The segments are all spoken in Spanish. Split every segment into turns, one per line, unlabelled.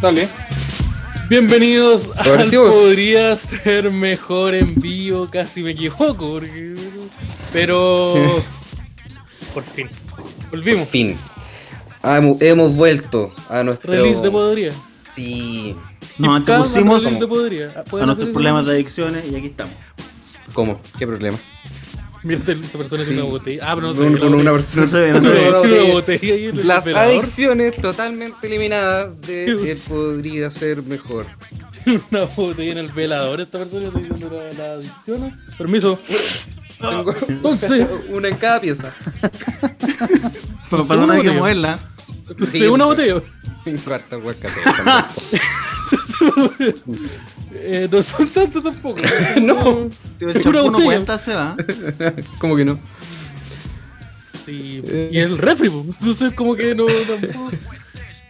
Dale.
Bienvenidos a
Progresivos.
Podría ser mejor en vivo, casi me equivoco, porque- pero por fin. Volvimos.
Fin. Ah, hemo- hemos vuelto a nuestro.
Release de Podría.
Sí.
Nos
Cada
antepusimos
release de
a
Podría. Pueden
nuestros
hacer
problemas
eso.
de adicciones y aquí estamos.
¿Cómo? ¿Qué problema?
Mira, esa persona
Sí.
tiene una botella. Ah, pero no
Un-
sé.
un-
la botella.
una persona-
No se ve, no
No
se
sé,
ve.
tiene
una
una
botella.
botella ahí en el
Las
refrigerador.
adicciones totalmente eliminadas de él podría ser mejor.
Tiene una botella en el velador. Esta persona está diciendo la, la adicción. Permiso. Ah,
Tengo
Entonces,
una en cada pieza.
Pero para
Seguro
una vez que
que-
moverla.
entonces,
Sí.
una botella.
En cuarta huasca.
Eh, no son tantos tampoco.
No.
Tío,
Una
el champú no
botella.
cuenta, se va.
¿Cómo que no?
Sí,
Eh.
y el refri, po. entonces como que no tampoco.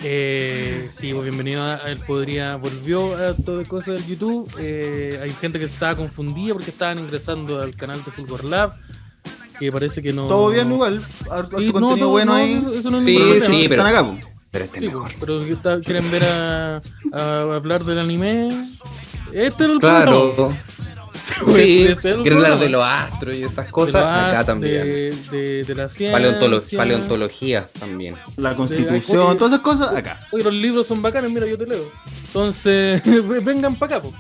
Eh, sí, pues, bienvenido a él podría volvió a todas cosas del YouTube. Eh, hay gente que estaba confundida porque estaban ingresando al canal de Fulgor Lab, que parece que no.
Todo bien igual. Harto
Sí, no,
contenido
todo-
bueno
no,
ahí.
eso no es
Sí,
ningún problema.
sí,
Están
pero-
acá, po.
Pero este
Sí,
mejor.
pues, pero si está- quieren ver a, a hablar del anime, este era el programa.
Claro. Sí,
Este era el
quieren hablar
programa.
de los astros y esas
De
cosas.
lo ar-
Acá también.
De, de- de la ciencia.
Paleontolo- paleontologías también.
La
oye.
constitución, todas esas cosas acá.
Oye, los libros son bacanes, mira, yo te leo. Entonces, vengan para acá, po.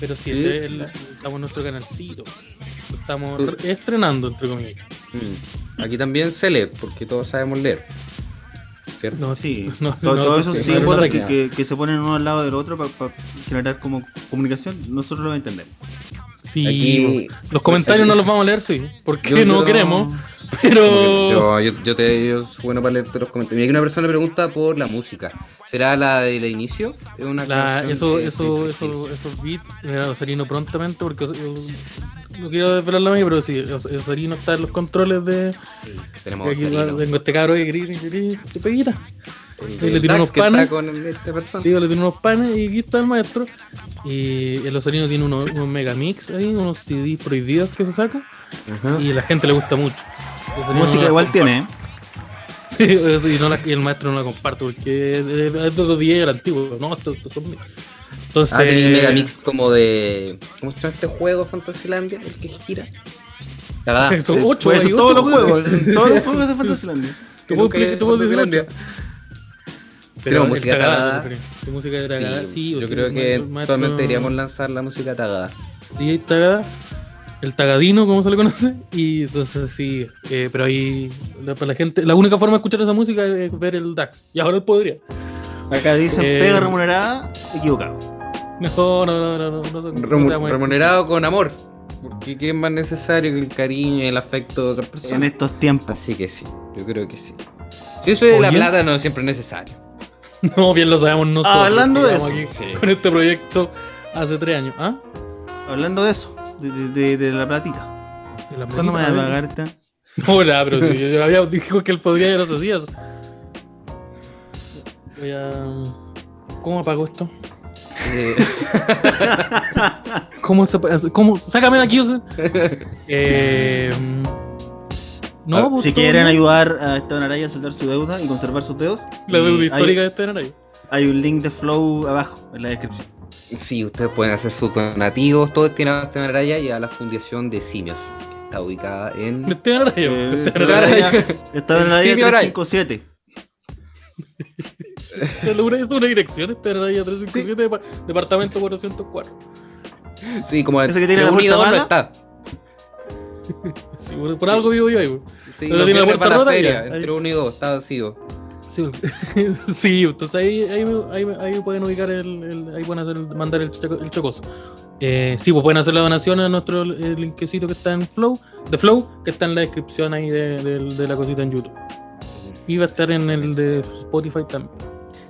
Pero sí,
Sí.
este es el- estamos en nuestro canalcito. Lo Estamos re- estrenando, entre comillas.
Mm. Aquí también se lee, porque todos sabemos leer. ¿Cierto?
No,
Sí,
No,
todos
no,
todos esos
sí,
no, no,
símbolos
no,
que,
no.
que- que se ponen uno al lado del otro para generar como comunicación, nosotros lo entendemos.
Sí.
Aquí-
los comentarios
aquí-
no los vamos a leer, sí. Porque
Yo-
no
yo-
queremos. Pero.
Yo, yo, yo te yo soy bueno para leerte los comentarios. Mira, aquí una persona pregunta por la música. ¿Será la del inicio? Es una
la-
canción
eso,
que-
eso,
sí, sí,
eso,
sí.
esos beats eh, Osarino prontamente porque Os- yo no quiero desvelar la mía, pero sí, Os- Osarino está en los controles de.
Tenemos
que aquí
Sarino.
tengo este cabro que grita, grita, que peguita.
El
le
del
tiró
Eh, Dax
unos
que está
panes.
con esta persona.
Digo, le tiene unos panes y aquí está el maestro. Y el Osarino tiene unos, unos megamix ahí, unos CDs prohibidos que se saca.
Ajá.
Y a la gente le gusta mucho. El Osarino no
Música
la-
igual tiene, ¿eh?
Sí, y, no la- y el maestro no la comparte porque es es de los DJ del antiguo. No, estos, estos son míos. Entonces,
Ah, tenía el megamix como de. ¿Cómo se llama este juego Fantasylandia? El que gira. La verdad.
Son ocho,
Pues
hay
eso, todos
ocho,
los juegos, todos los juegos de Fantasylandia.
Tú
que
puedes
nunca
creer que
es
tú puedes decir
Fantasylandia.
Pero
Pero
el
música
cagada,
tarada.
yo creo. Tu música era
Sí,
cagada, sí, o
yo
sí,
creo
el
que
maestro- maestro-
actualmente deberíamos lanzar la música tagada.
DJ Tagada, el Tagadino, como se le conoce, y entonces sí, eh, pero ahí la, para la gente, la única forma de escuchar esa música es ver el DAX, y ahora él podría.
Acá dicen
Eh,
pega remunerada, equivocado.
No, no, no, no, no, no, no,
Remu-
no te vamos a-
remunerado con amor. Porque qué es más necesario que el cariño y el afecto de otras
En
personas.
estos tiempos.
Así que sí, yo creo que sí. Si eso de la
Oye.
plata no es siempre necesario.
No, bien lo sabemos nosotros.
Ah, Hablando
que
de
llevamos
eso,
aquí
sí.
Con este proyecto hace tres años, ¿ah?
Hablando de eso, de, de- de- de la platita.
De la
¿Cuándo me
platita,
van a
a ver.
pagar esta?
No, la, pero si yo, yo había dicho que él podría ya los hacías. Voy a... ¿Cómo apago esto?
Eh,
¿Cómo se ¿Cómo? Sácame de aquí, o sea. Eh,
Ah,
no, pues,
Si
todo bien.
quieren ayudar a Esteban Araya a saldar su deuda y conservar sus dedos,
La
y
deuda
hay-
histórica de este Naray.
Hay, un link de Flow abajo en la descripción.
sí, ustedes pueden hacer sus donativos, todo tiene a Esteban Araya y a la Fundación de Simios, que está ubicada
De
en.
este Naray.
Eh,
De este
Esteban
Naray.
Araya,
El
Esteban Araya
simio Araya.
357.
Se logra- Es una dirección, este Naray 357, depar- departamento 404.
Sí, como
Ese que tiene la puerta
no
mala.
está.
Sí, por, por algo vivo yo ahí, güey.
Sí,
Pero
lo
tiene la puerta
tiene para la
rota,
feria,
ya.
entre uno y dos, está vacío.
Sí, el- sí, entonces ahí, ahí, me- ahí, me- ahí pueden ubicar el, el- ahí pueden hacer el- mandar el, choco- el chocoso. Eh, sí, pues pueden hacer la donación a nuestro eh, linkecito que está en Flow, de Flow, que está en la descripción ahí de, de- de la cosita en YouTube. Y va a estar en el de Spotify también.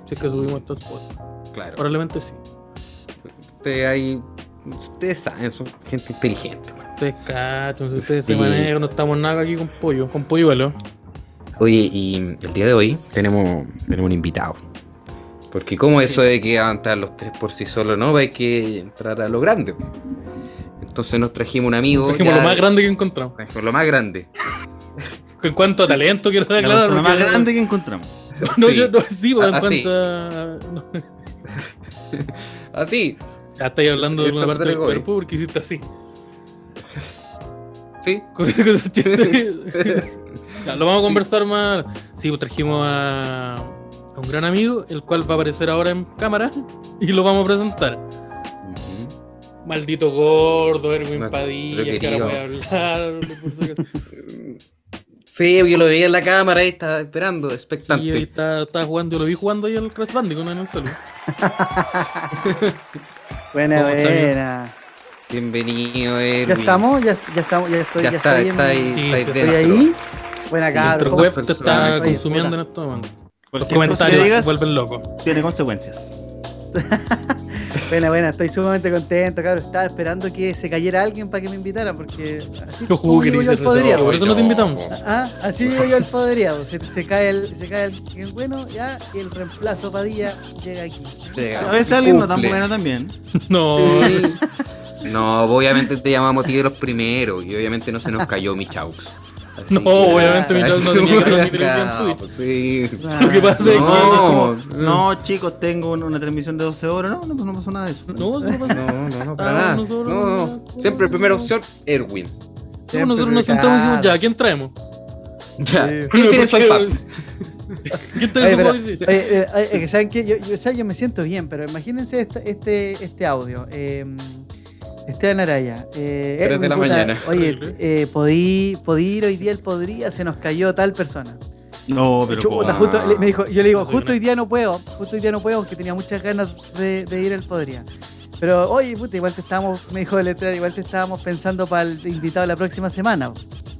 Si es que subimos esto a Spotify.
Claro.
Probablemente sí.
Ustedes ahí. Ustedes saben, son gente inteligente. man.
Ustedes cachan, si ustedes
Sí.
se manejan, no estamos nada aquí con pollo, con pollo, ¿vale?
Oye, y el día de hoy tenemos, tenemos un invitado. Porque como eso de que van a entrar los tres por sí solos, ¿no? Hay que entrar a lo grande. Entonces nos trajimos un amigo.
Trajimos
ya-
lo más grande que encontramos.
trajimos lo más grande.
En cuanto a talento, quiero
La
aclarar.
pues,
persona más
porque-
grande que encontramos.
No,
Sí.
yo no, sí, pues, en
Ah, sí.
cuanto a- no,
Así,
ya estáis hablando de
El
una parte del
Fantasma de
cuerpo porque hiciste así.
sí.
Con- con esos chistes. Ya, lo vamos a conversar más. Sí, pues, trajimos a, a un gran amigo, el cual va a aparecer ahora en cámara y lo vamos a presentar.
Ujú.
Maldito gordo, Erwin
Nuestro
Padilla, que ahora
querido.
voy a hablar. por si acaso.
Sí, yo lo veía en la cámara y estaba esperando, expectante.
Y ahí está, está jugando, yo lo vi jugando ahí al Crash Bandicoot en el celular.
Buena,
¿Cómo está,
buena.
Bienvenido, Erwin.
¿Ya estamos? Ya, ya estamos, ya estoy,
Ya,
ya,
está,
estoy,
está
en-
ahí.
Sí,
está ahí
estoy
estoy
dentro.
ahí. Buena
Sí,
cabro.
Nuestro
¿cómo-
web
¿cómo
te
personas?
está
Oye,
consumiendo
puta.
en este momento. Los
Cualquier cosa que
comentarios
digas
vuelven locos.
tiene consecuencias.
Buena, buena, estoy sumamente contento, cabrón. Estaba esperando que se cayera alguien para que me invitaran, porque así
Yo
como
jugué que
digo yo
dices
al
eso,
podría.
por eso no te invitamos.
Ah, así digo yo al podría. pues. Se, se cae el, se cae el, el bueno, ya, y el reemplazo Padilla llega aquí.
A veces alguien no tan
Cumple.
bueno también.
No,
No, obviamente te llamamos a ti de los primeros y obviamente no se nos cayó mi chaux. Así
No,
que-
obviamente mi chaux no tenía que transmitir en
Cagado,
Twitch.
Sí.
Ah,
lo que pasa es que
No.
No,
Mm.
no, chicos, tengo un- una transmisión de 12 horas. No, no, pues no pasó nada de eso.
no, eso no pasa.
No, no, no, para
Ah,
nada. No,
nosotros
no.
no-
Siempre primera opción, Erwin.
siempre
nosotros nos
me
sentamos y dijimos,
cago.
ya, ¿quién traemos?
Ya.
Sí.
¿Quién tiene su
Porque-
iPad?
¿Quién
Oye,
trae su
pero-
iPad?
Oye, eh, oye, es que saben que yo, yo, o sea, yo me siento bien, pero imagínense esta- este, este audio. Eh, Esteban Araya. Eh,
Tres de
Erwin,
la
puta,
mañana.
Oye, eh, podí, podí ir hoy día el podría, se nos cayó tal persona.
No, pero. ¿cómo?
Chuta, justo- le- me dijo, yo le digo,
No soy
justo
una-
hoy día no puedo, justo hoy día no puedo, aunque tenía muchas ganas de, de ir al podría. Pero, oye, puta, igual te estábamos, me dijo el Esteban, igual te estábamos pensando para el invitado la próxima semana.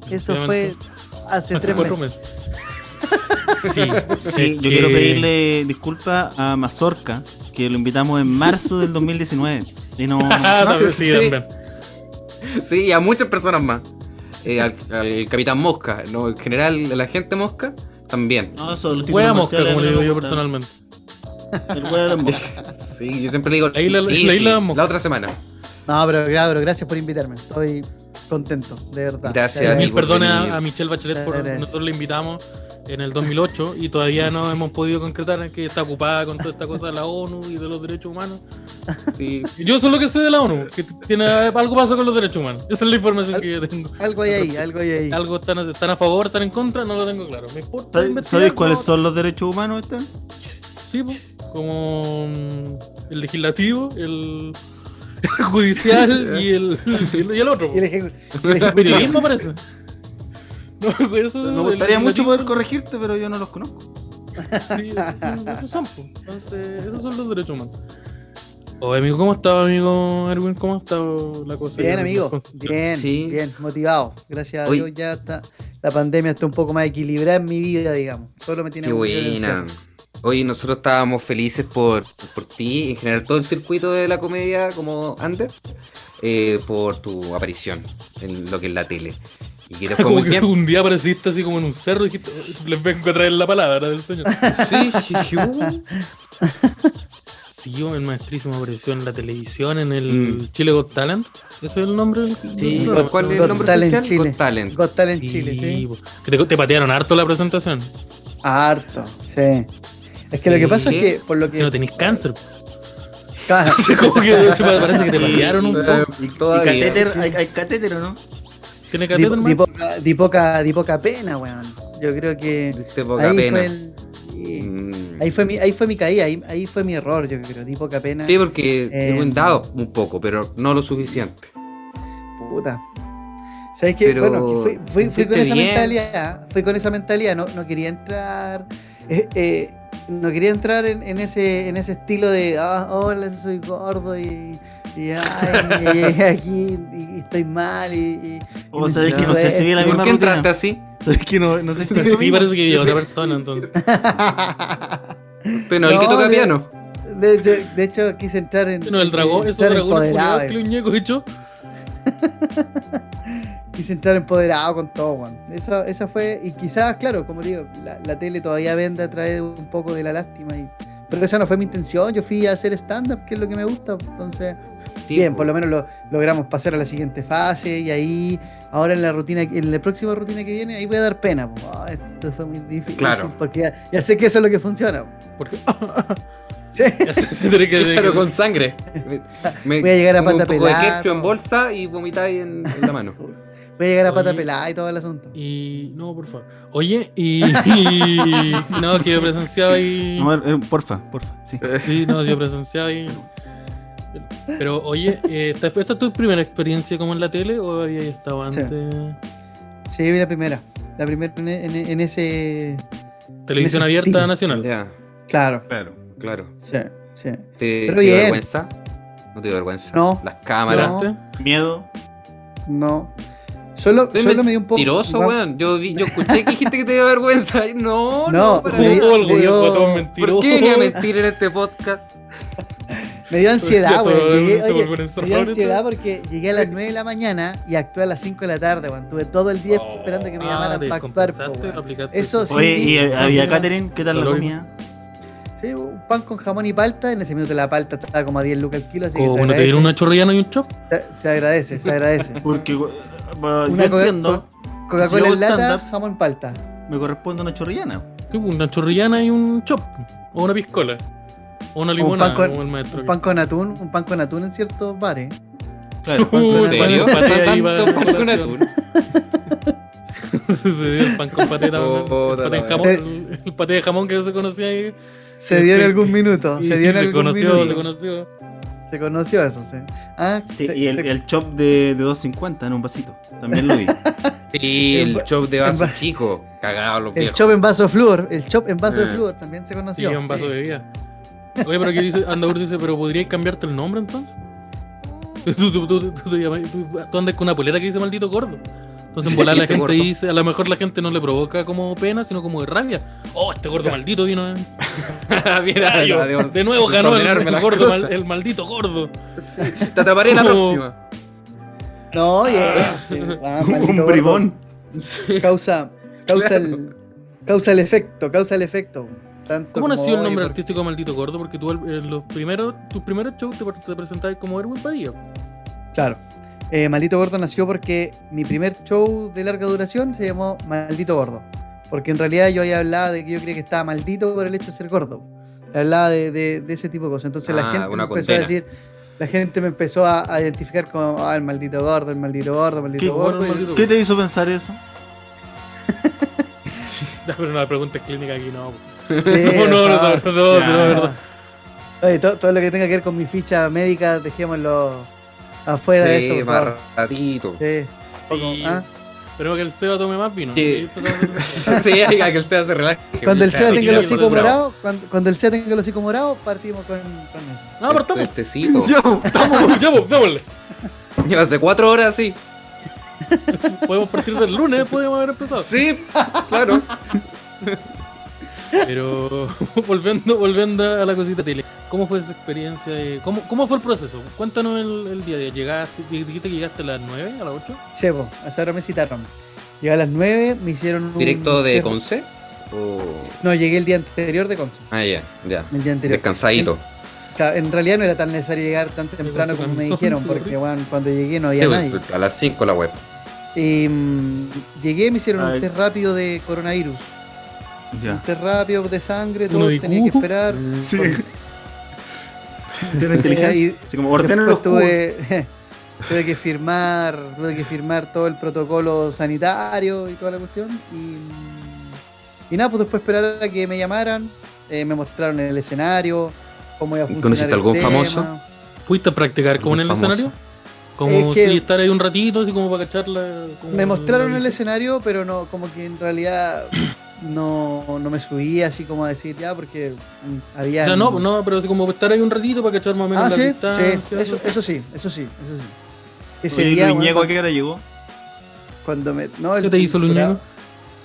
Eso fue hace
Hace
tres
cuatro
meses.
meses. Sí, eh,
Sí,
es
yo
que-
quiero pedirle disculpas a Mazorca, que lo invitamos en marzo del 2019. Y no.
Ah, también, sí,
Sí.
también.
Sí, y a muchas personas más. Eh, al, al Capitán Mosca, no, en general, a la gente Mosca, también.
No, eso, los títulos
Hueá mosca,
marciales
como
a mí
le digo
no me
yo
gustan.
personalmente.
El hueá de las moscas.
Sí, yo siempre le digo.
La isla-
sí,
la
sí,
isla Mosca.
la otra semana.
No, pero, pero gracias por invitarme. Estoy contento, de verdad.
Gracias
Te
a ti.
Mil
agradezco.
por
perdones a,
venir.
a Michelle Bachelet por
Dale.
nosotros le invitamos en el 2008 y todavía no hemos podido concretar que está ocupada con toda esta cosa de la ONU y de los derechos humanos.
Sí.
Yo eso es lo que sé de la ONU, que tiene algo pasa con los derechos humanos. Esa es la información que yo tengo.
Algo hay ahí, algo hay ahí.
Algo están, están a favor, están en contra, no lo tengo claro. Me importa.
¿Sabes
investigar,
sabes
no,
cuáles son los derechos humanos? Este?
Sí, po, como mm, el legislativo, el, el judicial y el, y el- y el otro. po.
Y el ejecu- y el ejecu-
Periodismo parece. No, pues, eso,
Me gustaría mucho poder
correr.
corregirte, pero yo no los conozco.
esos son, po. Entonces, esos son los derechos humanos. Oye, amigo, ¿cómo estaba, amigo Erwin? ¿Cómo ha estado la cosa?
Bien,
Yo-
amigo. Bien,
Sí.
bien, motivado. Gracias a
Uy.
Dios ya está. La pandemia está un poco más equilibrada en mi vida, digamos. Solo me tiene
Qué
aburrido el
buena.
encierro.
Oye, nosotros estábamos felices por, por ti, en general todo el circuito de la comedia como antes, eh, por tu aparición en lo que es la tele. Y que te fue
Como
muy
que
bien.
un día apareciste así como en un cerro y dijiste, les vengo a traer la palabra del señor.
Sí, jeje, uh.
Sí, el maestrísimo apareció en la televisión, en el
Mm.
Chile Got Talent. ¿Ese es el nombre? del-
sí.
del programa?
Got-
¿Cuál es
Got
el nombre
Talent
oficial?
Chile.
Got Talent.
Got Talent
Sí,
Chile, sí.
po. Que te, te patearon harto la presentación.
Harto, sí. Es que lo
Sí.
que pasa es que, por lo
Que no
que.
tenéis cáncer. po.
Claro,
Así como que se me parece que te patearon un poco.
Y
Y
todavía.
catéter, hay, hay catéter, ¿o ¿no?
Tiene
di,
catéter,
di
hermano.
poca, di poca- di poca pena, weón. Yo creo que.
Diste poca
ahí
pena.
Fue el- sí.
Mm.
ahí, fue mi, ahí fue mi caída, ahí, ahí fue mi error, yo creo. Di poca pena.
Sí, porque te
Eh,
he dado un poco, pero no lo suficiente.
Puta. ¿Sabes qué?
Pero
bueno, que fui, fui- fui con
hiciste
esa
bien.
mentalidad. Fui con esa mentalidad. No, no quería entrar. eh, eh, no quería entrar en, en ese, en ese estilo de. Ah, hola, soy gordo y. y, ay, y llegué aquí y, y estoy mal. Y, y-
O sabes que no sé si vi la
¿Por
misma
qué
rutina.
entraste así?
Sabes que no, no sé si vi
Sí,
la misma.
parece que vi a otra persona entonces.
Pero el que
No,
toca
de-
piano.
de, hecho, de hecho, quise entrar en.
No, el dragón,
en
esos
ser
dragones
empoderado,
culiados que los ñecos hecho.
Quise entrar empoderado con todo, weón. Eso, eso fue, y quizás, claro, como digo, la, la tele todavía vende a través de un poco de la lástima y Pero esa no fue mi intención, yo fui a hacer stand-up, que es lo que me gusta. Entonces, bien, por lo menos lo, logramos pasar a la siguiente fase y ahí, ahora en la rutina, en la próxima rutina que viene, ahí voy a dar pena. po. Ah, esto fue muy difícil.
Claro.
Porque ya, ya sé que eso es lo que funciona. po.
Porque.
Sí.
Ya se- se tiene que-
Claro, con sangre. Me-
Voy a llegar a
pongo
pata
un poco de
pelada.
ketchup en bolsa y vomitáis en, en la mano.
Voy a llegar a pata
Oye.
pelada y todo el asunto.
Y. No, por favor. Oye, y. y- si no, que yo presenciaba y.
No, eh, porfa, porfa. Sí.
Sí, no, yo presenciaba y. Pero oye, eh, ¿esta fue- esta es tu primera experiencia como en la tele o habías estado
Sí.
antes?
Sí, vi la primera. La primera en, en- en ese.
Televisión
Me
abierta
sentí.
nacional.
Ya,
Claro,
Claro.
claro.
sí, sí.
¿Te,
Pero
te dio
bien.
vergüenza? ¿No te dio vergüenza?
No.
Las cámaras.
No.
¿Lloraste?
Miedo.
No. Solo,
Estoy
solo me dio un poco.
Mentiroso,
va-
weón. Yo, vi- yo escuché que dijiste que te dio vergüenza. Y No, no,
No,
para
me di-
nada.
Oh, el
me
güey,
dio-
fue todo
¿Por
mentiroso.
qué venía a mentir en este podcast?
Me dio ansiedad,
Ya todo
güey.
se
Llegué- oye,
volvió
me dio
encerrado,
ansiedad porque llegué a las 9 de la mañana y actué a las 5 de la tarde, weón. Tuve todo el día esperando que me
Ah,
llamaran para actuar. po,
descompensaste,
weón.
aplicaste
Eso
tu-
Sí,
Oye, ¿y eh,
sí,
había
sí.
Catherine? ¿Qué tal la
Dolor.
comida?
Sí, un pan con jamón y palta. En ese minuto la palta estaba como a 10 lucas al kilo, así que
¿Cómo
se
no te
agradece,
dieron una chorrillana y un chop?
se- se agradece, se agradece.
Porque eh, bueno, yo
Una coca-
entiendo,
Coca-Cola
Si yo
en lata,
stand-up-
jamón palta.
me corresponde una chorrillana.
Sí, pues, una chorrillana y un chop. O una piscola. O una limonada,
pan con-
como el maestro.
Un pan con atún, un pan con atún en ciertos bares.
Claro.
con-
Uh,
¿En
se dio
serio?
paté ahí para-
¿Tanto pan con
para-
atún?
Se dio el pan con paté también.
Puta
El paté en
la
jamón,
wea.
el- el paté de jamón que se conocía ahí.
Se dio en
Sí,
algún minuto,
Y-
se dio
y
en algún
conoció,
minuto.
se conoció.
Se conoció eso, sí. Ah,
Sí,
se-
y el,
se-
el chop de, de 2.50 en un vasito. También lo vi.
Sí,
En
el
ba-
show de
en
vaso
ba-
chico. Cagado los
El
viejos.
chop en vaso de flúor, el chop en vaso
Eh.
de flúor también se
Sí,
conoció.
un vaso
sí.
de bebida. Oye, pero aquí dice, Andaur dice, pero podrías cambiarte el nombre entonces. Tú, tú, tú- tú te llamas- tú- tú andas con una polera que dice maldito gordo. Entonces, en
Sí,
volar la
este
gente
gordo.
dice, a lo mejor la gente no le provoca como pena, sino como de rabia. Oh, este gordo maldito vino. eh.
Mira,
Rayos,
de-
de nuevo ganó el,
desordenarme
el
las
gordo, mal-
cosas.
el maldito gordo.
Te atraparé en la
Como-
próxima.
No, y este, ah, maldito
un
gordo.
bribón.
Causa, causa, el, causa el efecto, causa el efecto. Tanto
¿Cómo
como,
nació el
oye,
nombre
por-
artístico de maldito gordo? Porque tú, al- en los primeros, tus primeros shows te, te presentabas como Erwin Padilla.
Claro. Eh, Maldito Gordo nació porque mi primer show de larga duración se llamó Maldito Gordo. Porque en realidad yo ya hablaba de que yo creía que estaba maldito por el hecho de ser gordo. Hablaba de, de- de ese tipo de cosas. Entonces
Ah,
la gente me
una
empezó
condena.
a decir, la gente me empezó a, a identificar como "Ah, el maldito gordo, el maldito gordo, el maldito
Qué
gordo.
bueno el
y-
maldito
¿Qué te hizo pensar eso?
Ya, Pero no, la pregunta es clínica aquí, no.
Sí,
no, no, no, no, no,
no,
no, no,
Ya.
verdad.
Oye, to- todo lo que tenga que ver con mi ficha médica, dejémoslo afuera de esto.
Sí,
por favor.
más ratito.
Sí. Poco-
Sí.
¿ah?
Pero que el Seba tome más vino. pues, ah,
Sí.
Y empezamos a hacer-
Sí, a que el SEA se relaje.
Cuando el
Ya,
SEA
Claro,
tenga el
claro,
hocico
claro.
morado, cuando, cuando el SEA tenga el hocico morado, partimos con, con eso.
No, ah, partamos.
Este. Fuertecito.
Vamos, ya, pues, démosle.
Lleva hace cuatro horas así.
Podemos partir del lunes, podemos haber empezado.
Sí, claro.
Pero volviendo, volviendo a la cosita tele, ¿cómo fue esa experiencia? eh? ¿Cómo, cómo fue el proceso? Cuéntanos el, el día de ayer. ¿Llegaste, dijiste que llegaste a las 9, a las 8?
Chepo, hasta ahora me citaron. Llegué a las 9, me hicieron un.
¿Directo de
test-
Conce? O-
No, llegué el día anterior de Conce.
Ah, ya, ya.
El día anterior.
Descansadito.
Claro, En realidad no era tan necesario llegar tan temprano
su
como me
camisón,
dijeron,
su
porque
gorrito.
bueno, cuando llegué no
Sí,
había nadie.
pues, A las 5 la web.
Y, mm, llegué, me hicieron
Ay.
un test rápido de coronavirus. Un
Ya.
test rápido de sangre,
Uno
todo.
de
Tenía que
cubo.
esperar.
Sí. ¿Tiene
Y-
inteligencia? Así como ordena los
Después
cubos.
tuve, tuve que firmar tuve que firmar todo el protocolo sanitario y toda la cuestión y, y nada pues después esperar a que me llamaran eh, me mostraron el escenario cómo iba a funcionar
¿Conociste
el
algún
tema.
famoso?
¿Fuiste a practicar como en el
Famoso.
escenario? Como
Es que-
si estar ahí un ratito, así como para cachar la. como
me mostraron
la-
el escenario pero no como que en realidad no, no me subí así como a decir ya porque mm, había
O sea, no, no, pero así como para estar ahí un ratito para cachar más o menos
ah
la
sí,
distancia.
sí eso, eso sí eso sí eso sí ese
Oye,
día
¿y
bueno,
Ñeco a qué hora llegó?
cuando me no el
¿Qué te hizo Luñeco?
jurado-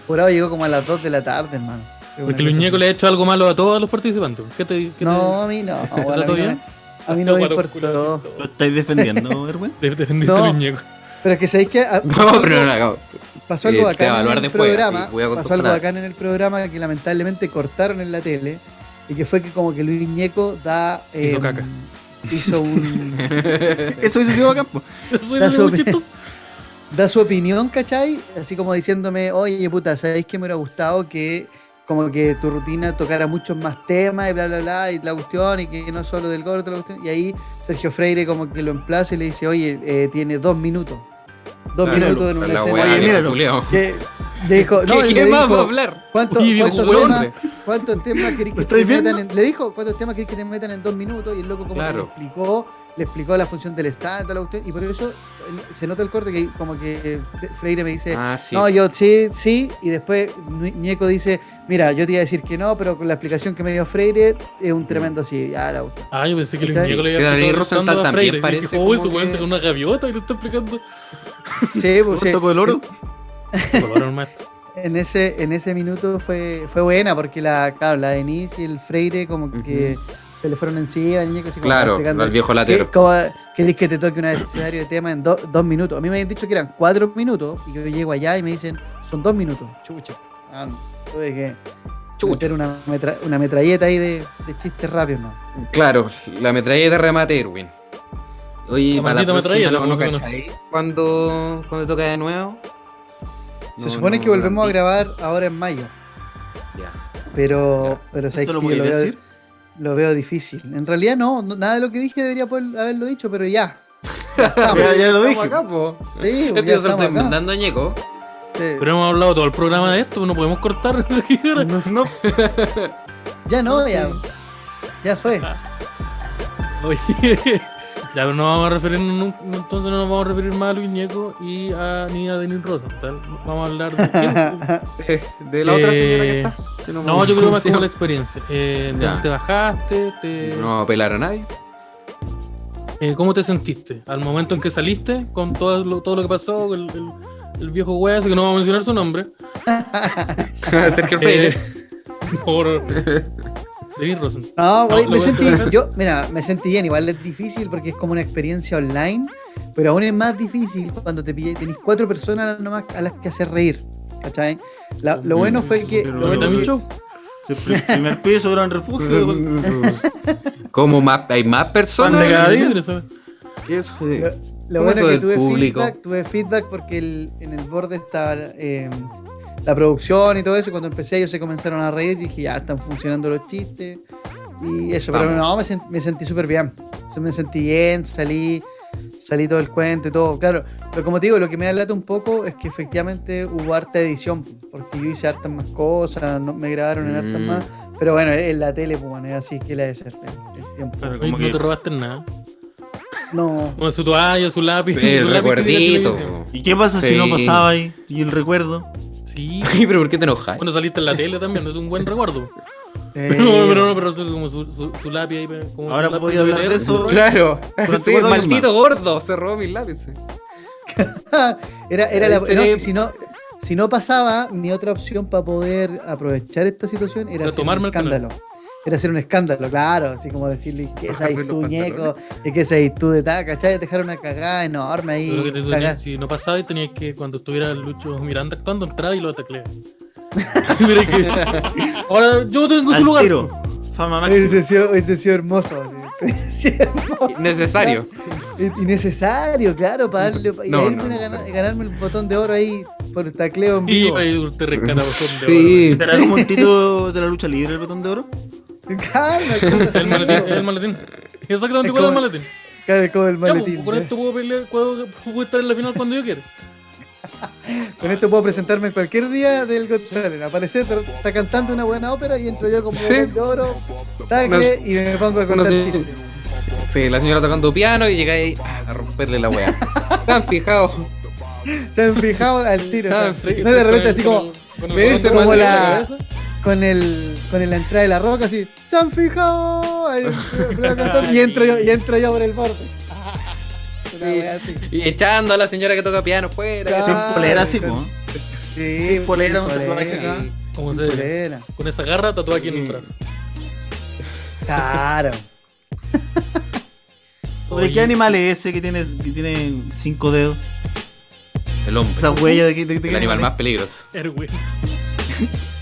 Jurado llegó como a las 2 de la tarde, hermano.
Porque Luñeco le ha hecho algo malo a todos los participantes. ¿Qué te, qué
No, a mí no. bueno, a mí
trató
no
bien?
me- a mí no me importó.
¿Lo estáis defendiendo, Erwin?
Te te defendiste
No.
Luñeco.
Pero es que sabéis que ah,
No, pero no, no.
pasó algo
Eh, te va a
bacán en
evaluar
el
después,
programa.
así, voy a
pasó algo
acostumbrar.
bacán en el programa que lamentablemente cortaron en la tele. y que fue que como que Luis Ñeco da...
Hizo
em,
caca.
Hizo un...
Eso hizo Ciego Campo.
Soy
La
el único
sope-
chistoso.
da su opinión, ¿cachai? Así como diciéndome, oye, puta, ¿sabéis que me hubiera gustado que como que tu rutina tocara muchos más temas y bla, bla, bla, y la cuestión, y que no solo del gordo, la cuestión? Y ahí Sergio Freire como que lo emplaza y le dice, oye, eh, tiene dos minutos. Dos
Claro,
minutos en una
la
escena.
weá,
Oye,
viejo
míralo.
culiao.
Que- le dijo, no,
¿Qué,
y
qué
le
más va a
dijo,
hablar?
¿cuántos,
Oye, viejo
cuántos
hueón.
temas, cuántos temas querés que
¿Lo estáis
te metan
viendo?
en- Le dijo, ¿cuántos temas querés que te metan en dos minutos? Y el loco como que
Claro.
le explicó, le explicó la función del stand, toda la cuestión, y por eso el- se nota el corte que como que se- Freire me dice,
Ah, sí.
no, yo sí, sí, y después Ñe- Ñeco dice, mira, yo te iba a decir que no, pero con la explicación que me dio Freire, es un tremendo sí, ya la cuestión.
Ah, yo pensé que
¿Cachai?
le llegó
Pero
la
Daniel
había
Rosenthal también parece
Dije, oh, ese
como
weón
que-
sacó una gaviota y lo está explicando.
Sí, pues, sí.
¿Un toco del oro?
Color más.
En ese, en ese minuto fue, fue buena porque la, claro, la Denise y el Freire como que se le fueron encima al Ñeco así como
Claro,
masticando.
al viejo
¿Qué-
latero.
cómo ¿Queréis que te toque un escenario de tema en do- dos minutos? A mí me habían dicho que eran cuatro minutos y yo llego allá y me dicen, son dos minutos. Chucha. Ah, no. Tuve que
Chucha.
meter una, metra- una metralleta ahí de, de chistes rápidos, ¿no?
Claro, la metralla de remate, Erwin. Oye,
La
para la
maldita
próxima,
metralla,
¿no,
la
no
música no.
cacháis cuando, cuando toca de nuevo?
Se
No,
supone
no,
que
no,
volvemos a grabar ahora en mayo,
ya.
pero, pero sabéis
¿Esto lo
que
podéis
yo lo veo,
decir?
lo veo difícil. En realidad no, no- nada de lo que dije debería poder haberlo dicho, pero ya. Ya estamos.
Ya, ya
Estamos
lo dije.
acá, po.
Sí,
Este yo se
ya
lo
estamos
estoy
acá.
mandando a Ñeco.
Sí.
Pero hemos hablado todo el programa de esto, no podemos cortar.
No,
No.
ya no, ya. Ya fue.
Oye, ya pero no vamos a referirnos, nun- no- entonces no nos vamos a referir más a Luis Ñeco y a, ni a Denis Rosenthal. Vamos a hablar de quién-
De la otra señora que
Eh,
está. que me
No, yo
acuerdo
creo
cómo
más
se
como la
llama.
experiencia. Eh, entonces
Ya.
te bajaste, te-
No apelar a nadie.
eh, ¿cómo te sentiste? Al momento en que saliste, con todo lo, todo lo que pasó, el, el- el viejo weá, ese que no vamos a mencionar su nombre.
Sergio
Eh,
Freire.
por Denis Rosenthal.
No, güey,
lo voy
me
a
sentí,
tocar.
yo, mira, me sentí bien, igual es difícil porque es como una experiencia online, pero aún es más difícil cuando te pillas, tenés cuatro personas nomás a las que hacer reír, ¿cachai? La- lo bueno fue que...
Pero
lo bueno
también
que-
show.
Se- Primer piso, gran refugio.
¿Cómo más, hay más
Pan
personas?
de cada día.
Libre, ¿sabes?
¿Qué es?
Lo, lo
¿Cómo eso
bueno es que
del
tuve
público?
feedback, tuve feedback porque el- en el borde estaba eh, la producción y todo eso. y Cuando empecé ellos se comenzaron a reír y dije, ya están funcionando los chistes. Y eso, pero
Vamos.
no, me, sen- me sentí súper bien. Eso, me sentí bien, salí, salí todo el cuento y todo. Claro, pero como te digo, lo que me da lata un poco es que efectivamente hubo harta edición, porque yo hice hartas más cosas, no, me grabaron en hartas
Mm.
más. Pero bueno, en la tele, pues bueno, es así que la de ser el- el tiempo.
Claro,
Oye,
como
No
que-
te robaste nada.
No,
Con su toalla, su lápiz.
El
su lápiz que diga
recuerdito.
televisión.
¿Y qué pasa
Sí.
si no pasaba ahí? Y el recuerdo.
Sí.
Ay, pero ¿por qué te enojas?
Bueno, saliste en la tele también, es un buen recuerdo.
eh,
Pero, no, pero no, pero es como su, su, su lápiz ahí. Como
Ahora
su lápiz
podía hablar de eso.
Claro.
claro.
Durante
Sí, el
cuatro años
maldito gordo se robó mis lápices.
Era, era
Ahí
la,
se
no,
ve-
que si, no, si no pasaba, mi otra opción para poder aprovechar esta situación era
Era
hacer un
tomarme el canal.
escándalo. Era hacer un escándalo, claro. Así como decirle, ¿qué es ahí
Bajarle
tú,
los
ñeco? ¿Y qué es ahí tú de tal? ¿Cachai? Dejar una cagada enorme
Yo creo
ahí.
que te
cagá.
tenía- si no pasaba y tenías que, cuando estuviera Lucho Miranda actuando, entrar y lo teclear. Mira que- Ahora yo tengo su
Al
lugar.
tiro. Fama máxima.
Ese ha sido, ese ha sido hermoso. así. Ese ha sido hermoso.
Necesario.
Y- Innecesario, claro, para darle. y
No,
ahí
no,
me
no,
gana-
no.
ganarme el botón de oro ahí por tacleo en
Sí,
vivo.
ahí te rescata botón de
Sí.
¿Será como un título de la lucha libre el botón de oro?
Calma, ¿cómo
oro. El maletín, el
estás?
maletín. Exactamente,
Es
¿cuál es el
como-
maletín?
Claro, como el
Ya, pues,
maletín.
con
¿eh?
esto puedo pelear, puedo, puedo estar en la final cuando yo quiera.
Con esto puedo presentarme cualquier día del Got Talent. Aparece, tra- está cantando una buena ópera y entro yo como
Sí.
de oro, tacle y me pongo a contar
no sé.
chistes.
Sí, la señora tocando piano y llegáis a romperle la wea. ¿Están fijados?
Se han fijado al tiro.
Ah,
¿no? No de repente así como
Con el
me dice
botón de
como
en
la-
cabeza.
con el con la entrada de la roca así, se han fijado Ahí, cantando, y entro yo, y entro yo por el borde. Una
Sí.
wea así.
Y echando a la señora que toca piano fuera.
Ah,
Sin polera así,
claro.
po.
Sí,
polera,
sin
un tatuaje acá.
polera, eh.
Como
sin
se
polera.
Con esa garra tatuada aquí en el brazo.
Claro.
¿De
Oye.
qué animal es ese que tiene, que tiene cinco dedos?
El hombre.
Esa huella de, qué- de, de
El
qué
animal
animal
más peligroso.
Erwin.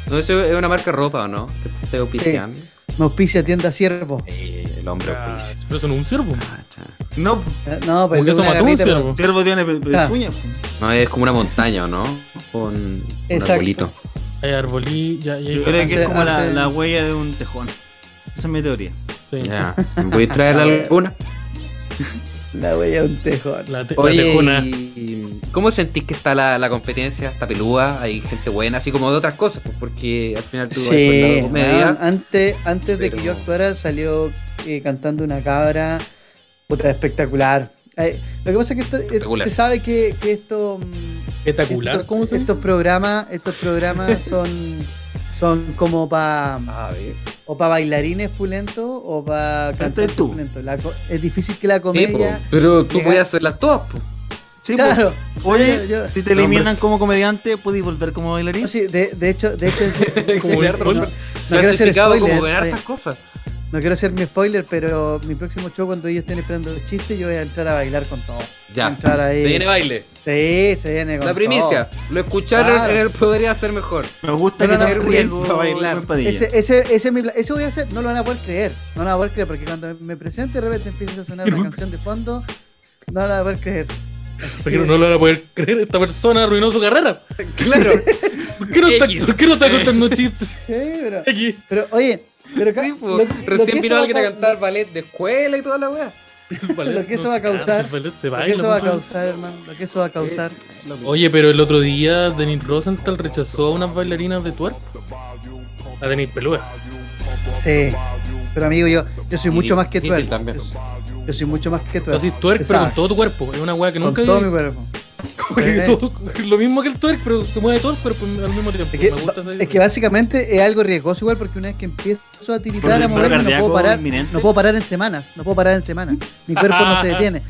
No, eso es una marca de ropa, ¿o no? Que te auspician.
Me auspicia tienda siervo.
Eh, el hombre auspicio.
Pero eso no es un ciervo.
No,
Porque
No, pero
pues.
es
eso
una
mató un
garrita,
ciervo.
Ciervo tiene pe-
Ah.
pezuña. po.
No, es como una montaña, ¿no? Con un
Exacto.
arbolito.
Hay arbolí, ya, ya hay
Yo creo que
Hace-
es como la,
hace-
la huella de un tejón. Esa es mi teoría.
sí.
Ya. ¿Voy a traer alguna?
La huella de un tejón.
La, te- la
Oye,
tejona.
y- ¿cómo sentís que está la, la competencia? ¿Está pelúa? ¿Hay gente buena? Así como de otras cosas, pues, porque al final tú vas por el lado
Sí, Ah,
de comedia.
weón, antes, antes de que
pero-
yo actuara salió eh, cantando una cabra puta, espectacular. Eh, lo que pasa es que esto- eh,
Espectacular.
se sabe que, que esto, mm,
Espectacular,
estos,
¿cómo se dice?
estos programas, estos programas son, son como para
A ver.
o para bailarines pulentos o para cantantes
tú.
pulentos. La co- Es difícil que la
Sí, po,
comedia.
pero tú
Llega-
podías hacerlas todas, pues.
Sí, po.
claro.
Oye,
yo- yo-
si te eliminan como comediante, ¿puedes volver como bailarín?
No, sí, de, de hecho, de hecho, es-
Como
no,
Leonardo
no
Goldberg.
quiero hacer
Clasificado como
spoiler,
ganar
eh.
estas cosas.
No quiero hacer mi spoiler, pero mi próximo show, cuando ellos estén esperando el chiste, yo voy a entrar a bailar con todo.
Ya.
Voy a entrar ahí.
Se viene baile.
Sí, se viene con
La primicia.
todo.
Lo escucharon
Claro.
en el Podría Ser Mejor.
Me gusta
No,
que
no,
te
no,
riesgo
para bailar.
Rubén Padilla.
Ese, ese, ese, es mi pla- eso voy a hacer, no lo van a poder creer. No lo van a poder creer, porque cuando me presente, de repente empieza a sonar una canción de fondo, no lo van a poder creer. Así
Pero
que-
no lo van a poder creer, esta persona arruinó su carrera.
Claro.
¿Por qué no está,
X.
por qué no está contando chistes
Sí, pero,
aquí?
pero, oye, pero ca-
Sí, po.
lo- lo que
Recién
eso
vino
va
alguien a
ca-
cantar ballet de escuela y toda la weá.
Lo que eso va a causar- Lo que eso va a causar, hermano, lo que eso va a causar.
pues, Oye, pero el otro día Denis Rosenthal rechazó a unas bailarinas de twerk. A Denis Pelúa.
Sí, pero amigo, yo, yo soy mucho más que tú.
Difícil
Yo,
también.
yo soy mucho más que tú.
Tú haces twerk,
Se
pero con
sabe.
todo tu cuerpo. Es una weá que
Con
nunca
todo
vi.
mi cuerpo.
Porque todo- Lo mismo que el twerk, pero se mueve todo el cuerpo al mismo tiempo.
Es que,
Me gusta esa
es que
idea.
básicamente es algo riesgoso igual porque una vez que empiezo a
Por
tiritar,
el
a
paro
moverme, no
cardíaco
puedo parar,
inminente.
no puedo parar en semanas, no puedo parar en semanas. Mi cuerpo no se detiene.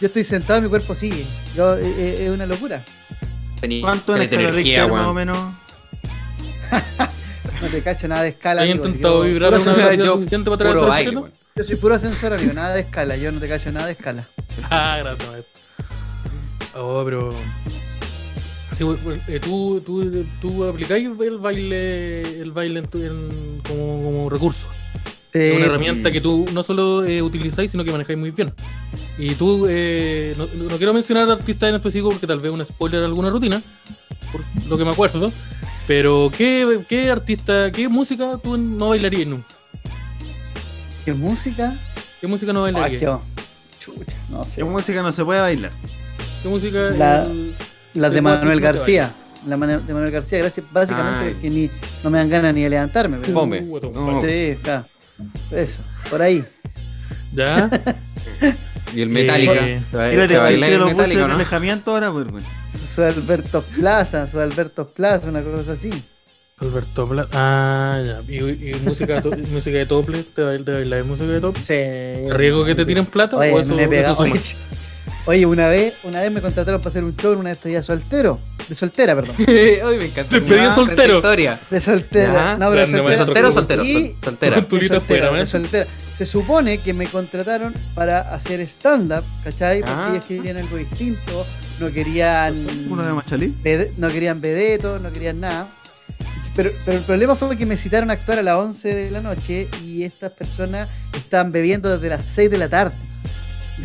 Yo estoy sentado y mi cuerpo sigue. Yo- eh, eh, es una locura.
¿Cuánto en
Tenés
escala
energía,
Richter más o
weón.
menos?
No te cacho nada de escala.
¿Has
amigo.
intentado
Yo-
vibrar
puro
una
ascensor-
velocidad
yo-
suficiente para
Puro
atravesar el
baile,
cielo?
weón.
Yo soy puro ascensor, amigo, nada de escala. Yo no te cacho nada de escala.
Ah, gracias. maestro. Oh, pero. Sí, güey, güey, eh, tú, tú, tú aplicáis el baile, el baile en tu- en- como, como recurso. Es una
Sí,
herramienta que
mm.
tú no solo eh, utilizáis, sino que manejáis muy bien. Y tú, eh, no, no quiero mencionar artistas en específico porque tal vez un spoiler de alguna rutina, por lo que me acuerdo. Pero, ¿qué, qué artista, qué música tú no bailarías nunca?
¿Qué música?
¿Qué música no
Ay,
bailarías?
qué- Chucha, no sé.
¿Qué música no se puede bailar?
¿Qué música?
La-
eh,
Las de
Tres, cuatro,
Manuel
cinco te
García. La mano- de Manuel García, gracias.
Ay.
Básicamente, que ni, no me dan ganas ni de levantarme. Pero,
Fome.
Uh,
No.
Sí, está. Eso, por ahí.
¿Ya?
Y el Metallica.
Eh,
Te ba-
Tírate
te
el
bailé
chiste de
el
los buses
Metallica,
de
¿no?
alejamiento ahora, pues, weón.
Su Alberto Plaza, su Alberto Plaza, una cosa así.
Alberto Bla... Ah, ya. Y, y música, to- música de tople, te bail- te bailar música de tople.
Sí.
¿Te riesgo que te tiren plata
Oye,
o eso,
me he
eso
pegado-
suma?
oye, Oye, una vez, una vez me contrataron para hacer un show en una despedida soltero. De soltera, perdón.
Ay, me encanta.
Te pedí
Ah,
soltero.
Historia.
De soltera.
Ya,
no, pero
grande,
soltera.
maestro.
Soltero, soltero.
Y-
sol- Soltera.
de
Tulita
soltera,
fuera,
de
¿eh?
soltera. Se supone que me contrataron para hacer stand-up, ¿cachai? Porque
Ah.
ellos querían algo distinto. No querían.
Uno de Machalí.
vede- no querían vedetos, no querían nada. Pero, pero el problema fue que me citaron a actuar a las 11 de la noche y estas personas estaban bebiendo desde las 6 de la tarde.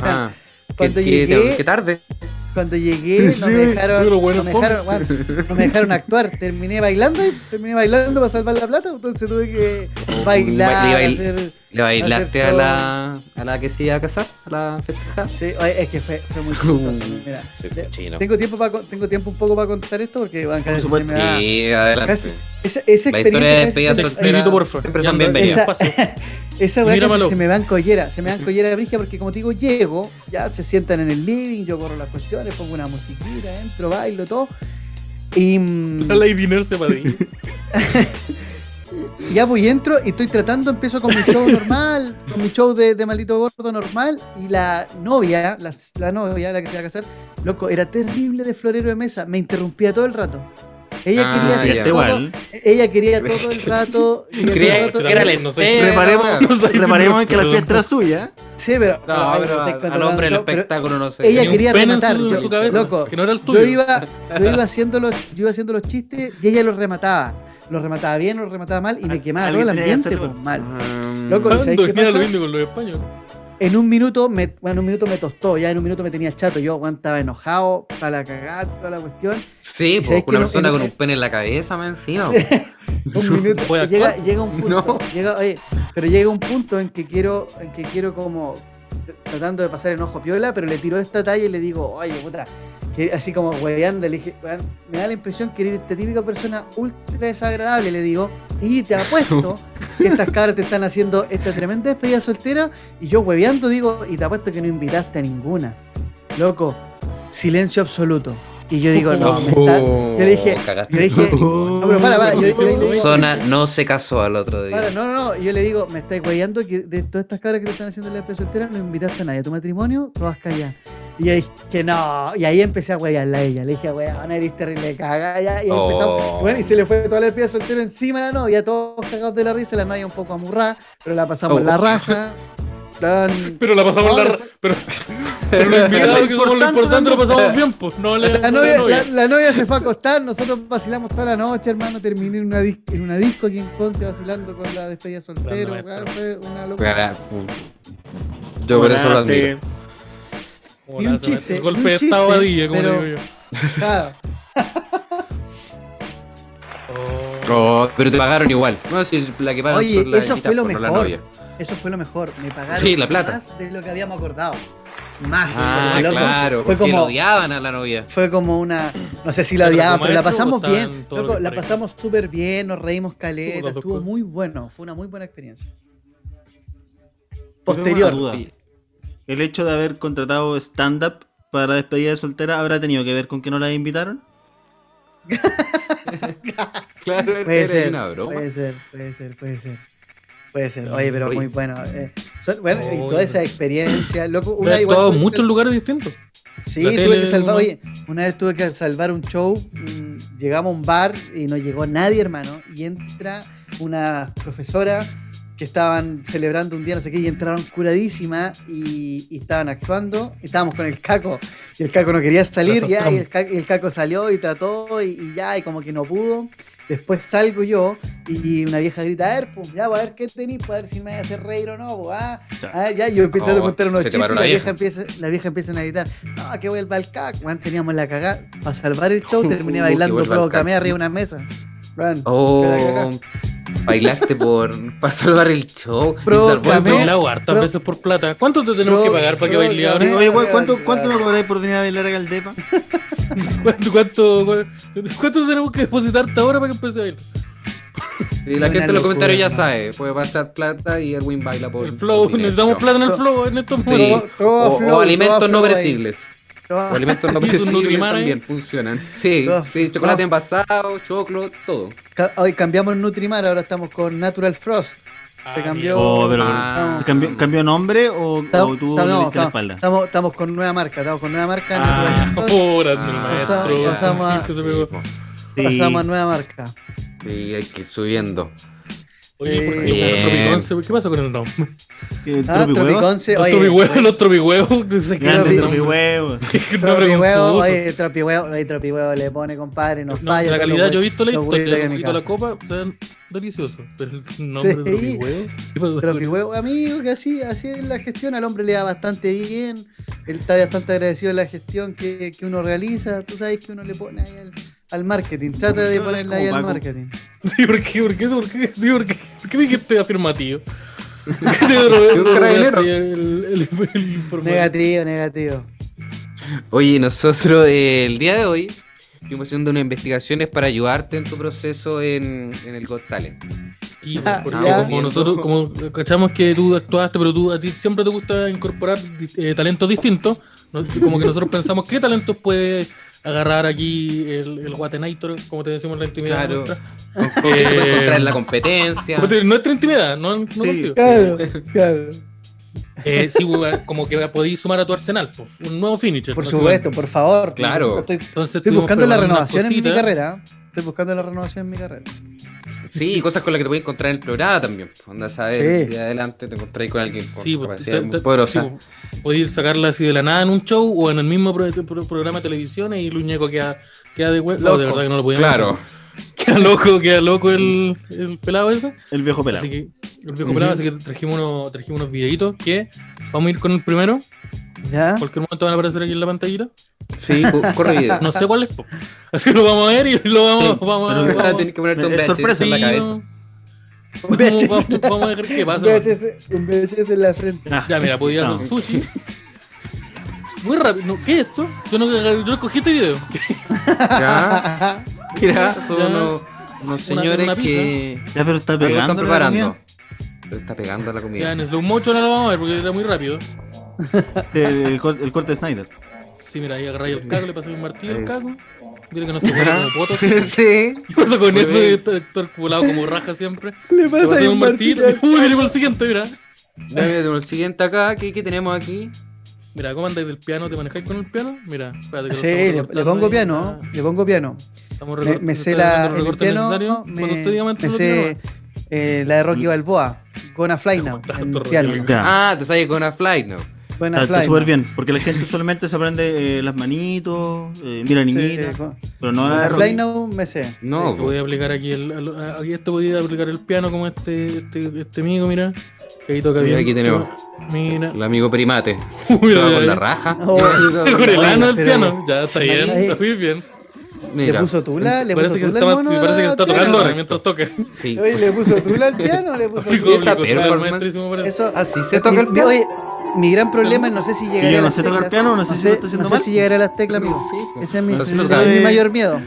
Ah,
cuando,
qué- qué-
llegué,
Qué tarde.
cuando llegué,
Sí,
no me
pero
dejaron,
bueno,
no me dejaron, bueno, no me dejaron actuar. Terminé bailando y terminé bailando para salvar la plata, entonces tuve que
Oh,
bailar.
bail-
hacer-
¿Le bailaste a
Acertó.
la, a la que se iba a casar? ¿A la festejada?
sí, oye, es que fue, fue muy chistoso. Mira,
Soy
de-
cochino.
tengo tiempo, para, co- tengo tiempo un poco para contar esto porque van casi se me
supuesto.
va-
Sí, adelante.
casi- esa, esa
La historia de
experiencia casi
despedida
se-
soltera.
Explícito, por favor.
Siempre
Ya
son
anda,
bienvenidos.
ya pasó.
Esa weá
Mira,
casi
Malo.
se me va en collera, se me va en collera la briga porque como te digo, llego, ya se sientan en el living, yo corro las cuestiones, pongo una musiquita, entro, bailo, todo. Y mm,
La Lady Nerd se paró.
ya voy, entro y estoy tratando, empiezo con mi show normal, con mi show de, de maldito gordo normal. Y la novia, la, la novia, la que se iba a casar, loco, era terrible de florero de mesa, me interrumpía todo el rato. Ella
Ah,
quería
Sí,
hacer
ya.
está
todo,
igual.
ella quería todo el rato. quería todo el
Creía
rato-
que era el
No sé.
entero,
Reparemos,
weón.
no soy
reparemos en que la
perdón.
fiesta era suya.
Sí, pero.
No, pero
te-
al-
cuando-
al hombre del
cuando- pero-
espectáculo no sé.
Tenía
ella
un
quería
pene en
rematar,
su- en
yo-
su cabeza,
loco,
que no era el tuyo.
yo iba, yo iba haciendo los, yo iba haciendo los chistes y ella los remataba. Los remataba bien, los remataba mal y me
Al-
quemaba todo
alguien
el
tenía que
ambiente,
hacerlo.
pues mal.
Ah,
Loco, ¿y sabéis qué
Mira lo
pasa?
mismo con los españoles.
Ah.
En un minuto me, bueno, en un minuto me tostó, ya en un minuto me tenía chato. Yo weón, estaba enojado, para la cagada, toda la cuestión.
Sí,
¿Sabes
pues,
que
una
no-
persona
en-
con un pene en la cabeza, más encima.
Un minuto.
Voy a
llega,
actuar.
llega un punto.
No.
llega- oye, pero llega un punto en que quiero, en que quiero como tr- tratando de pasar enojo piola, pero le tiro esta talla y le digo, oye, puta, que así como hueveando, le dije, "Weón, me da la impresión que eres esta típica persona ultra desagradable, le digo, y te apuesto que estas cabras te están haciendo esta tremenda despedida soltera, y yo hueveando digo, y te apuesto que no invitaste a ninguna. Loco, silencio absoluto. Y yo digo, no, me está,
Oh,
yo le dije-
cagaste.
yo le dije, no, pero para, para, yo, yo- yo- yo-
Zona no se casó al otro día.
Para, no, no, no, yo le digo, me estáis guayando que de todas estas cabras que te están haciendo la despedida soltera no invitaste a nadie a tu matrimonio, todas calladas. Y ella que no, y ahí empecé a guayarla a ella, le dije, weón, eres terrible, caga, ya", y ahí
Oh.
empezamos, bueno, y se le fue toda la despedida soltera encima a la novia, todos cagados de la risa, la novia un poco amurrada, pero la pasamos
Oh.
la raja, plan,
Pero la pasamos
No,
la. ra-
después-
Pero, pero lo invitado que somos lo importante lo pasamos bien, pues. No le.
La
no le
novia, la,
novia.
la novia se fue a acostar, nosotros vacilamos toda la noche, hermano. Terminé en una, dis- en una disco aquí en Conce vacilando con la despedida soltero.
Grande maestro.
weón, Fue una locura.
Para, Yo por eso lo
Hola, sí.
eh,
admiro.
Ni un chiste,
El
ni
golpe
un
de estado
chiste,
vadilla, como
pero-
le digo yo.
Claro.
Oh, pero te pagaron igual. No, si la que pagan
Oye,
son las
eso
visitas,
fue lo
pues, no la
mejor.
novia.
Eso fue lo mejor. Me pagaron
Sí, la plata.
más de lo que habíamos acordado. Más.
Ah,
porque, loco,
claro,
Fue
porque
como,
odiaban a la novia.
fue como una. No sé si la
Pero
odiaba,
como
pero la
maestro,
pasamos
estaban
bien.
todos
loco,
los
la
colegas.
pasamos súper bien, nos reímos
Hubo
caleta.
las dos
Estuvo
cosas.
muy bueno. Fue una muy buena experiencia.
Yo tengo una
Posterior.
duda. ¿El hecho de haber contratado stand-up para despedida de soltera habrá tenido que ver con que no la invitaron?
Claro,
Puede
era
ser,
una broma.
puede ser, puede ser, puede ser. Puede ser,
Pero,
oye, pero
oye.
muy bueno. eh. So- bueno, y
Oye,
toda esa
pero-
experiencia, loco,
Lo he
una igual.
actuado
tuve
en
que
muchos
sal-
lugares distintos.
Sí,
la
tuve
tele,
que salvar.
uno.
Oye, una vez tuve que salvar un show, mm, llegamos a un bar y no llegó nadie, hermano, y entra una profesora que estaban celebrando un día, no sé qué, y entraron curadísima y, y estaban actuando, y estábamos con el caco, y el caco no quería salir,
Plaza
ya, y
Trump.
el, ca- y el caco salió y trató, y, y ya, y como que no pudo. Después salgo yo y una vieja grita, a ver, pues, ya, pues, a ver qué tenéis, pues, a ver si me voy a hacer reír o no, pues, ah, ah, ya, yo empiezo a
Oh,
contar unos
se te
chistes
paró
y
la
la
vieja.
vieja, empieza, la vieja empieza a gritar, no, que vuelva el cac, weón, teníamos la cagada, para salvar el show terminé
Que
bailando
vuelva el
fuego camé
cac.
arriba de una mesa, Weón, la
Oh,
cagá.
bailaste por para salvar el show. y
Pro-
salvó el
Camé.
show.
Te lado hartas
Pero-
veces por plata. ¿Cuánto te tenemos
Pero-
que pagar para que
pero-
baile
Sí, eh,
Sí,
ahora?
oye,
claro,
güey, ¿cuánto,
claro.
¿cuánto me cobráis por venir a bailar a Caldepa?
¿Cuánto, cuánto, cuánto tenemos que depositarte ahora para que empiece a bailar?
Y la
Una
gente en los comentarios ya
locura,
sabe. Puede pasar plata y Erwin baila por.
El flow,
por
necesitamos
dinero.
plata en el flow en estos
Sí.
momentos.
Todo- todo
o, o
flow, todo
alimentos no
flow ahí.
perecibles.
Pero-
O alimentos no
Y sus
perecibles
Nutrimar,
también
¿eh?
funcionan. Sí,
No,
sí, chocolate
no.
envasado, choclo, todo.
ca- Hoy cambiamos el Nutrimar, ahora estamos con Natural Frost.
Ah,
Se
mira.
cambió.
Oh, pero-
Ah.
estamos,
¿Se cambió, cambió nombre o, o
estamos-
tú
estamos-
le diste la
estamos-
espalda?
estamos- estamos con nueva marca, estamos con nueva marca
Ah.
Natural Frost.
Ahora,
Ah,
el
pasamos-
maestro.
pasamos a-
el que se
sí,
pegó.
po.
Sí.
Pasamos a nueva marca.
Sí, hay que ir subiendo.
Oye, ¿por qué
Bien.
los tropiconce? ¿Qué pasa con el nombre?
¿El
Ah,
tropihuevos?
Tropiconce,
Los
oye,
tropihuevos, los tropihuevos. se quedan sin
Grande
Tropi-
nombre.
tropihuevos.
Qué nombre
Tropihuevo,
confuso.
oye, Tropihuevo, oye, Tropihuevo le pone, compadre, no
No,
falla.
la
con los
calidad, yo he
güey-
visto la
los
historia,
güeyes de
un
mi
poquito la
casa.
copa, o sea, delicioso. Pero el nombre
Sí.
de Tropihuevo, ¿qué pasó?
Tropihuevo, amigo, que así, así es la gestión, al hombre le da bastante bien, él está bastante agradecido de la gestión que, que uno realiza, tú sabes que uno le pone ahí al, al marketing, trata de
Yo no
ponerle
como
ahí al
Paco.
marketing.
Sí, ¿por qué? ¿Por qué? ¿Por qué? Sí, ¿por qué? ¿Por qué dijiste afirmativo?
Yo un carabinero.
El, el, el informal.
Negativo, negativo.
Oye, nosotros eh, el día de hoy estuvimos haciendo unas investigaciones para ayudarte en tu proceso en, en el Got Talent.
Y
Ah,
porque
ya.
como nosotros, como cachamos que tú actuaste, pero tú a ti siempre te gusta incorporar di- eh, talentos distintos, ¿no? como que nosotros pensamos qué talentos puede agarrar aquí el, el Guatenator, como te decimos en la intimidad.
Claro.
nuestra.
¿Con- con qué se puede
Eh,
encontrar en la competencia?
Como te- nuestra intimidad, no, no contigo.
Claro, claro.
Eh, sí, weá, como que podéis sumar a tu arsenal, po, un nuevo finisher.
Por
básicamente.
supuesto, por favor.
Claro.
Estoy,
Entonces
estoy
estuvimos
buscando la
preparando unas
renovación en mi
cositas.
carrera. ¿eh? Estoy buscando la renovación en mi carrera.
Sí, cosas con las que te puedes encontrar en el programa también. Anda a saber,
Sí.
el día de adelante te encontráis con alguien con
Sí, pues,
capacidad
te-
muy
te-
poderosa.
sí, pues, podéis sacarla así de la nada en un show o en el mismo pro- pro- programa de televisión y Luñeco queda, queda de huevo.
Loco.
de verdad que no lo podíamos
claro. Mm.
hacer. Queda loco, queda loco el, el pelado ese.
El viejo pelado.
Así que El viejo pelado, así que trajimos unos, trajimos unos videitos que vamos a ir con el primero.
¿Ya?
En cualquier momento van a aparecer aquí en la pantallita.
Sí, co- corre video.
No sé cuál es. po. Así que lo vamos a ver y lo vamos, vamos a.
pero-
Vamos, Ah,
Ahora tenés que ponerte un
Es
VHS
sorpresa.
en la
sí,
cabeza.
no. Vamos, vamos- vamos a dejar que
Un
pase. man.
VHS, un VHS en la frente.
Ah,
Ya, mira, podía
no.
hacer sushi. Muy rápido. No, ¿Qué es esto? Yo no, yo no cogí este video.
Ya, mira, son
Ya.
unos, unos señores
una pizza.
que
Ya, pero está
algo
pegando.
están
la
preparando.
comida.
Pero está pegando la
Ya,
comida.
en slow motion no lo vamos a ver porque era muy rápido.
El, el cor- el corte de Snyder.
Ah, Sí, mira, ahí agarráis el cago, le pasáis un martillo al
Ahí.
cago. Dile que no se pone
Ah.
como poto. ¿sí?
sí.
¿Qué pasa con
Muy
eso?
bien.
Está está articulado como raja siempre.
Le
Le
pasa ahí
pasáis
un
un martillo.
martillo.
Uy, viene con el siguiente, mira.
Ya, mira, tenemos el siguiente acá, ¿qué, qué tenemos aquí?
Mira, ¿cómo andáis del piano? ¿Te manejáis con el piano? Mira, espérate que lo estamos
Sí, le, le
recortando ahí.
pongo
Ah,
piano, le pongo piano.
Estamos
Me,
recor-
me sé
estamos
la,
haciendo el
el
recorte necesario.
piano,
Cuando usted
me,
diga,
me
maestro, lo
sé
tiene
eh, la de Rocky Balboa, Gonna Fly Now,
Tanto
en
rollo.
piano.
Ya.
Ah, te sale con una flight, ¿no?
Gonna
Está, está
Fly
súper
Now.
bien, porque la gente solamente se aprende eh, las manitos, eh, mira
Sí,
niñita,
eh, con-
pero no
Gonna
la
Fly Now me sé.
No,
nomás.
po.
Voy a aplicar aquí el. a lo- a- Aquí esto podía aplicar el piano como este, este, este amigo, mira. Que ahí toca
Mira,
bien.
aquí tenemos.
Mira.
el amigo primate.
Uy,
Estaba
ay,
con
ay.
la raja.
Oh.
Con el ano del
Pero-
piano. Ya está bien,
Ahí.
está muy bien.
¿Le
Mira,
puso tula? ¿Le puso
Parece que,
tula
está,
al mono?
parece que
al
está
piano?
tocando ahora mientras toca.
sí.
Oye, ¿le puso tula al piano? ¿Le puso
Obligo,
tula?
esta
obligo,
performance.
maestrísimo parece.
Eso,
Ah,
Así se toca el
mi-
piano.
Oye, mi gran problema es no sé si llegaré
yo
a
no
las
sé tocar
teclas.
piano, no sé si lo estoy haciendo
no sé
mal. pues.
si llegaré a las teclas, amigo.
Sí, po.
Ese es mi,
No
ese
sé
es
tocar.
mi mayor miedo.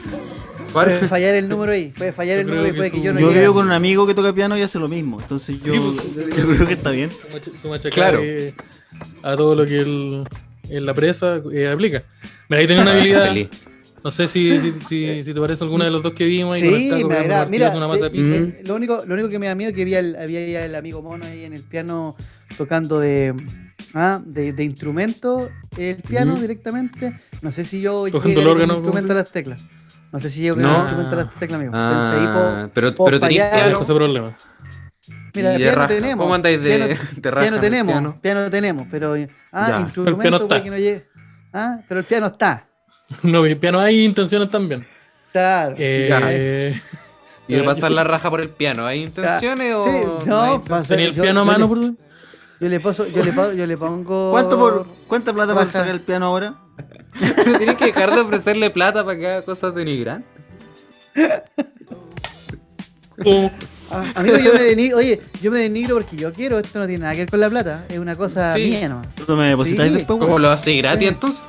Puede
¿Cuál?
fallar el número ahí. Puede fallar
Yo
el número
creo
y puede
que
que
su-
yo no
Yo
llegue.
vivo con un amigo que toca piano y hace lo mismo, entonces yo, yo creo que está bien.
su macha- su machaca
Claro.
que- a todo lo que el, en la presa eh, aplica. Mira, ahí tenía una habilidad.
Ah, Feliz.
No sé si, si, si, si te parece alguna de las dos que vimos. ahí con el
Sí,
taco
me
pegando
agrada.
martillazos
Mira,
a una masa de
eh,
pizza.
Mm.
eh, lo, único, lo único que me da miedo es que había el, había ahí el amigo mono ahí en el piano tocando de, ah, de, de instrumento, el piano
Mm.
directamente. No sé si yo
Tocando
llegaré
el
con
órgano,
un instrumento a las teclas. No sé si yo
No.
no. instrumento a las teclas, amigo. Entonces ahí puedo-
Ah, pero,
puedo
pero tenés
fallar.
Ya
piano.
dejo ese problema.
Mira,
y de
piano
raja.
tenemos.
¿Cómo andáis de,
Piano,
de raja?
piano
en el
tenemos, piano.
piano?
tenemos, pero ah,
Ya.
instrumento
El piano
puede
está.
que no llegue. Ah, pero el piano está.
No, mi piano hay intenciones también.
Claro.
Ya.
Eh,
Y de pasar la raja por el piano. ¿Hay intenciones
Está-
o.?
Sí,
hay
no,
intenciones?
pasa-
¿Tenía el
yo-
piano a
yo
mano,
le-
por favor?
Yo le paso, yo le pago, yo le pongo
¿Cuánto por, ¿Cuánta plata para
Oh, Baja.
sacar el piano ahora?
Tienes que dejar de ofrecerle plata para que haga cosas denigrantes. Uh,
Oh,
Ah, amigo, yo me denigro, oye, yo me denigro porque yo quiero, esto no tiene nada que ver con la plata, es una cosa
Sí.
mía nomás.
¿Tú me depositáis
Sí.
después,
¿Cómo
weón?
lo hace gratis entonces?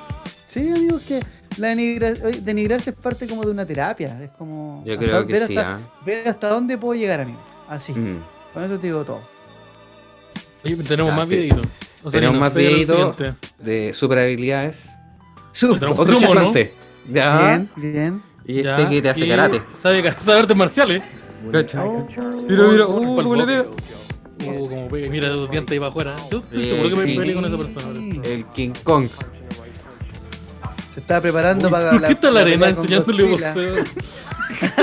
Sí, amigo, es que la denigra- oye, denigrarse es parte como de una terapia, es como
Yo
hasta-
creo que
ver
sí.
hasta,
¿ah?
ver hasta dónde puedo llegar, amigo. Así.
Mm.
Con eso te digo todo.
oye, tenemos
Ah,
más
te-
videitos. O
tenemos
no,
más
pégale el
videitos.
siguiente.
De super habilidades.
Super.
Otro
Otro
mono.
chimpancé. Ya.
Bien, bien.
Y este
Ya,
que te hace
y
karate.
Sabe, ca- sabe artes marciales.
Cacha.
Mira, mira,
uh, cómo le pega.
Uh, como pega, mira los dientes ahí para afuera. Yo estoy seguro que me
Bien.
peleé con esa persona.
El King Kong.
Se estaba preparando para
¿Por qué está la arena
pelea con
enseñándole
Godzilla.
boxeo?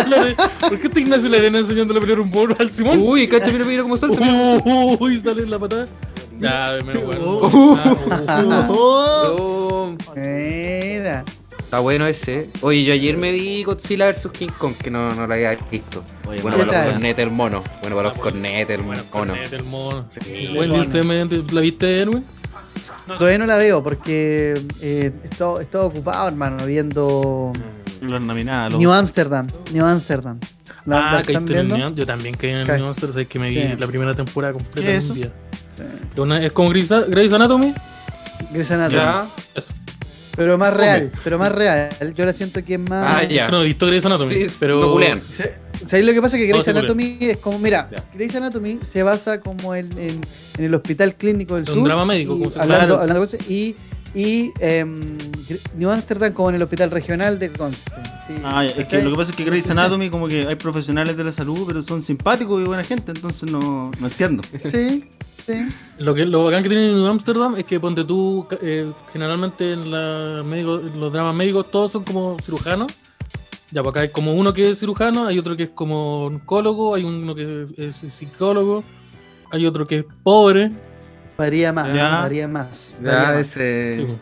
La are- ¿Por qué está Ignacio la arena enseñándole a pelear un mono al Simón?
Uy, cacha, mira, mira cómo salta. mira.
Uy, uy, sale la patada. Ya, menos bueno.
Uh.
Ah, uh, uh.
Oh,
Mira.
Está bueno ese. Oye, yo ayer me vi Godzilla vs King Kong, que no, no lo había visto.
Oye,
Bueno para
¿qué
los
tal?
cornetes el mono. Bueno para los cornetes el
Ah, Bueno,
mono.
corneta, el mono.
Sí.
Bueno, ¿y usted me- ¿La viste, Erwin?
Todavía no la veo porque eh, he, estado, he estado ocupado, hermano, viendo
Los nominados, los-
New Amsterdam. New Amsterdam. ¿La,
Ah,
la
caíste
están
en el
viendo?
Neon. Yo también caí en el
Caí.
Neon, pero sabes que me vi
Sí.
la primera temporada completa
¿Qué
en
es
un
eso?
día. Es una- Es como Grey's Grey's Anatomy.
Grey's Anatomy.
Ya.
Eso.
Pero más real, pero más real. Yo la siento que es
Ah,
más.
ya.
No, he visto Grey's Anatomy.
Sí, sí,
pero
no culean.
Se- ¿Sabéis lo que pasa? Que
No,
Grey's
sí,
Anatomy es como, mira,
Ya.
Grey's Anatomy se basa como en, en- en el hospital clínico del
Es un
sur.
drama médico,
y
como se-
hablando,
Claro.
hablando cosas, y, y em, Gre- New Amsterdam como en el hospital regional de Constance. sí.
Ah, ya, es que
¿Cachai?
lo que pasa es que Grey's Anatomy, como que hay profesionales de la salud, pero son simpáticos y buena gente, entonces no, no entiendo.
Sí, sí.
Lo, que, lo bacán que tiene en Amsterdam es que ponte tú, ca- eh, generalmente en, la médico- en los dramas médicos todos son como cirujanos. Ya, pues acá hay como uno que es cirujano, hay otro que es como oncólogo, hay uno que es es psicólogo, hay otro que es pobre.
Varía más,
Ya.
varía más. varía
Ya,
más.
ese.
Sí, pues.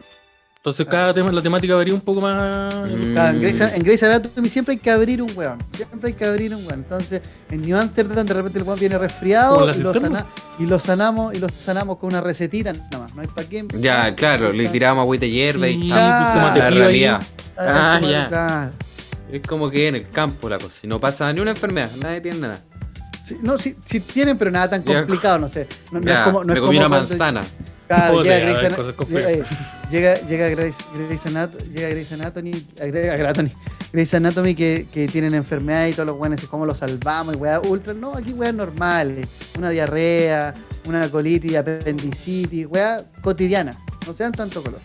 Entonces cada tema, la temática varía un poco más.
Mm.
Claro, en, Grey's, en Grey's Anatomy siempre hay que abrir un weón. Siempre hay que abrir un weón. Entonces, en New Amsterdam de repente el weón viene resfriado
¿Con la
y lo,
cisterna?
sana- y lo sanamos y lo sanamos con una recetita nada más. No hay para qué.
Ya, claro, le tiramos agüita de hierba y
Sí,
estamos
su
en la
matequilla
realidad.
Ah,
Ah, ya.
ya.
Es como que en el campo la cosa. y No pasa ni una enfermedad, nadie tiene nada.
Sí, no, sí, sí tienen, pero nada tan
Ya.
complicado, no sé. No, no
Ya,
es como, no
me
es
comí
como
una
cuando-
manzana.
Claro,
Puede
llega
ser, a
Grey's
ver,
Ana-
cosas
llega,
complejas.
eh, llega, llega Grey's- Grey's Anat- llega Grey's Anatomy, a Grey- a Anatomy, Grey's Anatomy que, que tienen enfermedad y todos los weones, cómo los salvamos y weá ultra. No, aquí weas normales, una diarrea, una colitis, apendicitis, weá cotidiana. No sean tanto color.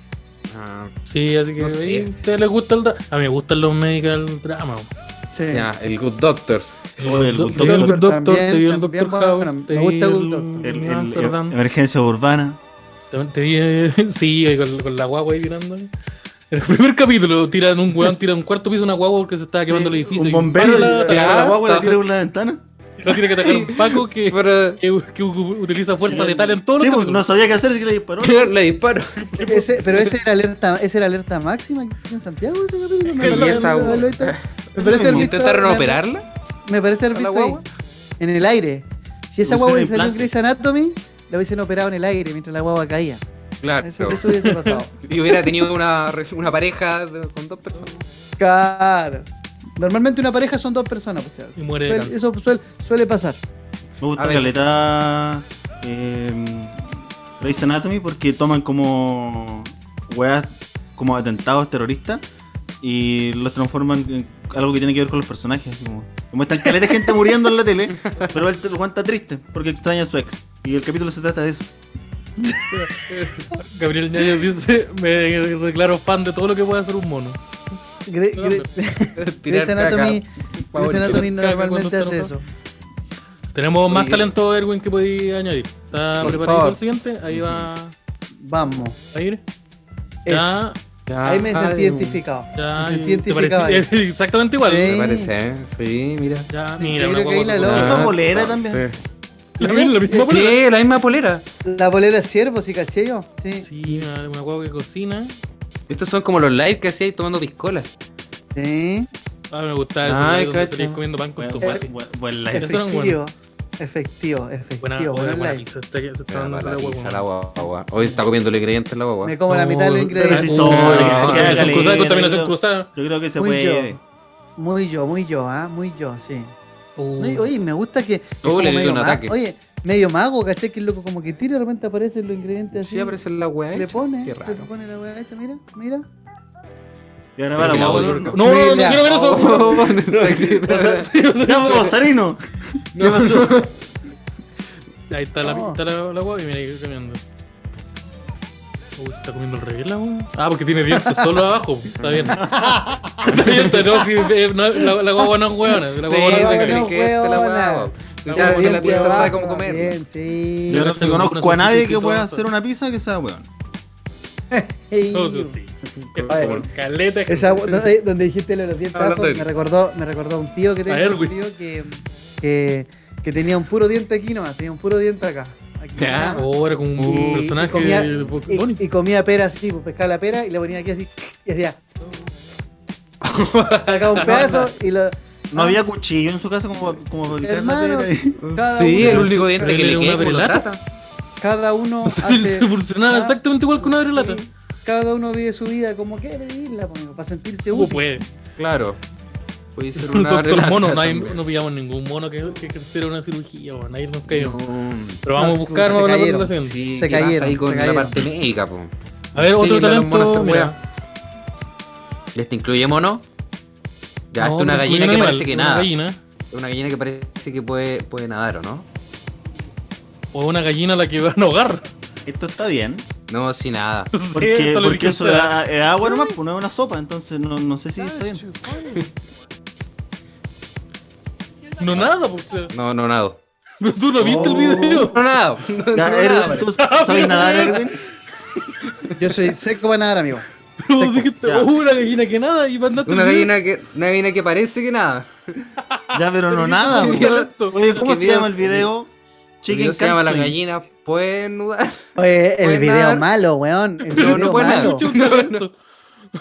Ah,
Sí, así que
No
ahí
sé.
a ustedes les gusta el drama. A mí me gustan los medical drama.
Sí.
ya, el good doctor.
Oye, el
Do-
Good
te vi el
Doctor,
Good Doctor,
también,
te vi el
también,
Doctor
bueno,
House,
bueno,
te
me
vi
gusta
el
Good Doctor.
el- el-
New
el-
Amsterdam,
Emergencia Urbana.
también te vi, sí, ahí con, con la guagua ahí tirando. En el primer capítulo tiran un weón, tiran un cuarto piso una guagua porque se estaba quemando el edificio.
Un
y
bombero
¡pala!
le
Atacar-
pega la guagua y la
está-
tira por la ventana.
Lo tiene que atacar un Paco que,
Pero
que- que utiliza fuerza letal en todos
Sí,
los
pues, no
capítulos.
sabía qué hacer, así que le disparó.
le disparo.
Ese- pero ese era alerta, ese era alerta máxima aquí en Santiago ese capítulo.
que
lo-
vi esa-
lo- lo- me parece haber visto-
¿Intentaron
me-
operarla?
Me parece haber
¿A la
visto ahí,
guagua?
en el aire. Si esa
Pusieron
guagua hubiese salido en
implante.
Grey's Anatomy, la hubiesen operado en el aire mientras la guagua caía.
Claro.
Eso, eso hubiese pasado.
Y hubiera tenido una, re- una pareja de- con dos personas.
Claro. Normalmente una pareja son dos personas. pues, o sea,
Y muere de
suele-
cáncer.
eso suele, suele pasar.
Me
A
gusta
ver.
Caleta eh, Grey's Anatomy porque toman como weas, como atentados terroristas y los transforman en algo que tiene que ver con los personajes. así Como, como están caleta de gente muriendo en la tele, pero él te- el weón está triste porque extraña a su ex. Y el capítulo se trata de eso.
Gabriel Ñaño dice, me declaro fan de todo lo que puede hacer un mono.
Gre- Gre- Grey's
Tirarte
Anatomy,
acá,
Grey's
favorito.
Anatomy
Caca cuando
normalmente
está
hace eso.
enojado. Tenemos más
Oye.
talento, Erwin, que podéis añadir. ¿Está
Por
preparado para
favor.
el siguiente? Ahí va
Vamos.
a ir.
Eso.
Ya,
Ya,
Ahí me sentí
ay,
identificado.
ya.
Me sentí
¿te
identificado.
parece?
ahí.
Exactamente igual.
Sí.
Me parece, ¿eh? Sí, mira.
Ya,
Sí,
mira,
yo
una
creo que ahí
guagua.
la
con-
logra.
Una
Ah,
polera también.
Sí.
La misma- la misma polera.
Sí, la misma polera.
La polera es ciervo, ¿sí caché yo? Sí. Sí.
Sí, una, una guagua que cocina.
Estos son como los live que hacíais tomando piscola.
Ah, me gustaba eso.
Ay,
Ay, donde
cacha.
salís comiendo pan con
Buen-
tomate.
buen- buen live.
Pero son
Efectivo. Efectivo, efectivo.
Buena,
buen
buena, buena
like.
pizza. está- Se está
Ah,
dando la
balatiza
guagua.
la guagua. Hoy está comiendo ingredientes la guagua.
Me como la
No,
mitad de los
pero
Pero si
ingredientes.
Uh,
son,
no,
que- que-
Contaminación
que-
cruzada,
que-
contaminación
yo-
cruzada.
Yo creo que se
Muy
puede.
yo. Muy yo, muy yo, ¿ah? Muy yo, sí.
Uh.
Oye, Oye, me gusta que. que como
le dio
medio
un
ma-
ataque.
Oye, medio mago, ¿cachai? Que el loco como que tira y de repente aparecen los ingredientes así.
Pues Sí, aparece la weá.
Le
hecha.
pone,
Qué
le
raro.
pone la weá hecha, mira, mira.
Y ahora va la
Creo que
guagua,
la
no-
voy
No,
a
no, no, no
Mira.
quiero ver eso.
Oh, no, sí, pero-
¡Ya, Rosarino! ¿Qué pasó?
Ahí está la,
No.
está la, la guagua y mira ahí comiendo. Uy, se está comiendo el regla, weón. Ah, porque tiene dientes solo abajo. Está bien. Está bien, está- no, si, eh, no, la, la guagua no es hueona. La
Sí,
guagua no
se
es
se
cree
hueona.
creen que es de la
huevona.
guagua.
La guagua
Ya, si
bien
la
siempre
pieza sabe
abajo,
cómo comer.
Bien, sí.
Yo no
Yo
te conozco a
una
nadie que
salchichita
pueda
avanza.
hacer una pizza que sea weón.
Ey.
No, sí, sí.
Oye,
Caleta.
Esa, gu- no, eh, donde dijiste lo de los dientes
Hablando
abajo,
de-
me recordó, me recordó a un tío que tenía un
Erwin.
tío que, que, que tenía un puro diente aquí nomás, tenía un puro diente acá. Aquí,
Ya. oh,
nada más.
Ahora con oh, un
Y-
personaje
y comía,
de
y-
Bonnie.
y comía pera así, pues pescaba la pera y la ponía aquí así y hacía. Sacaba un pedazo y lo.
No había cuchillo en su casa como, como para picar la
Hermano,
tela y-
cada,
Sí,
uno,
el único diente que
Pero
le
una
queda como lo
velata.
trata.
cada uno hace.
Se funcionaba
Ah.
exactamente igual que una relata.
Cada uno vive su vida como quiere vivirla, po, amigo, para sentirse
¿Cómo
útil.
puede?
Claro. Puede ser
Un
una
doctor
relata
mono. No, hay,
también.
no pillamos ningún mono que, que ejerciera una cirugía, weón. Ahí nos caímos.
No,
Pero vamos a
No,
buscar,
se
vamos a hablar
cayeron.
con la gente.
sí,
Se
¿qué pasa
cayeron,
ahí
se
con la
cayeron.
parte médica, po?
A ver,
Sí,
otro
la hormona
talento.
se
Mira,
¿Este incluye mono?
No,
Ya, esta es una
no incluye
gallina
un
que
animal,
parece que
una
nada.
gallina.
Es Una gallina que parece que puede, puede nadar, ¿o no?
O una gallina a la que van a ahogar.
Esto está bien.
No, sí, nada.
Porque,
Sí, esto lo
porque eso
dijiste.
da- es agua nomás, pues no es una sopa, entonces no, no sé si está bien.
No nada, pues. o sea,
No, no nado.
Pero tú no
Oh.
viste el video.
No nado. No, no
Ya,
nado,
Erwin,
parece.
¿tú sabes nadar, Erwin?
Yo soy seco para nadar, amigo.
Pero vos dijiste,
Ya.
"Oh, una gallina que nada y mandaste
Una
el video.
gallina que, una gallina que parece que nada.
Ya, pero no nada.
Sí,
güey.
ya, esto.
Oye, ¿cómo
Que
se llama el
Dios-
video?
Chicken
Chicken
se llama La
Katsu.
gallina pueden nudar.
Oye, el
Pueden
video
nadar.
malo, weón. El
Pero
video
no pueden nadar.
malo.
Chucha, un talento.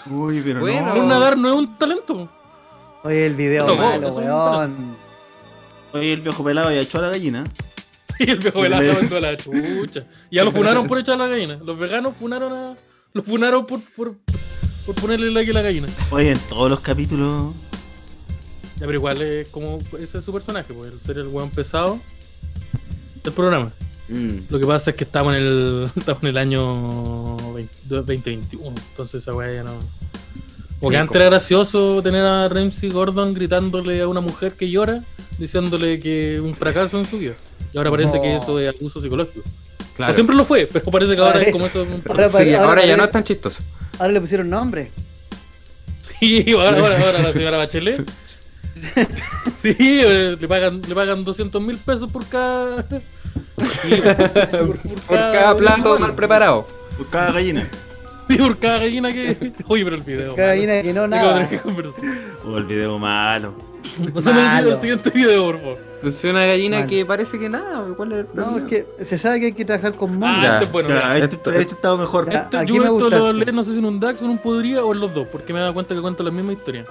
Uy, pero
Bueno.
no.
Un nadar no es un talento.
Oye, el video
Eso,
malo,
eso,
weón.
Oye, el viejo pelado ya echó a la gallina.
Sí, el viejo
Le-
velado de la chucha. Ya lo funaron por echar la gallina. Los veganos funaron a. Lo funaron por, por, por ponerle like a la gallina.
Oye, en todos los capítulos.
Ya, pero igual es como. Ese es su personaje, pues, el ser el weón pesado del programa.
Mm.
Lo que pasa es que estamos en el, estamos en el año 20 2021, entonces esa weá ya no. Porque
Sí,
antes
como-
era gracioso tener a Ramsey Gordon gritándole a una mujer que llora, diciéndole que un fracaso en su vida. Y ahora parece
No.
que eso es abuso psicológico.
Claro.
O siempre lo fue, pero parece que ahora
Parece.
es como eso. es un-
Ahora
Sí,
pare-
ahora,
ahora
ya no
parece-
es tan chistoso.
Ahora le pusieron nombre.
Sí, ahora, ahora, ahora la señora Bachelet. Sí, eh, le pagan, le pagan 200 mil pesos por cada.
Por cada plato mal preparado.
Por cada gallina.
Sí, por cada gallina que. Oye, pero el video.
Cada
mano.
gallina que no
Tengo
nada.
otras que conversar.
O el video malo.
Pasemos al video-
Malo.
al siguiente video, por favor.
Es una gallina
Bueno.
que parece que nada. ¿Cuál es el
No,
problema?
es que se sabe que hay que trabajar con
Ah,
monos.
Ya.
este es bueno.
Ya,
mira.
este,
esto-
este estaba mejor.
Ya.
Este-
aquí
yo
me
esto
gusta
lo
este.
leí, no sé si en un DAX o en un podría o en los dos, porque me he dado cuenta que cuento la misma historia.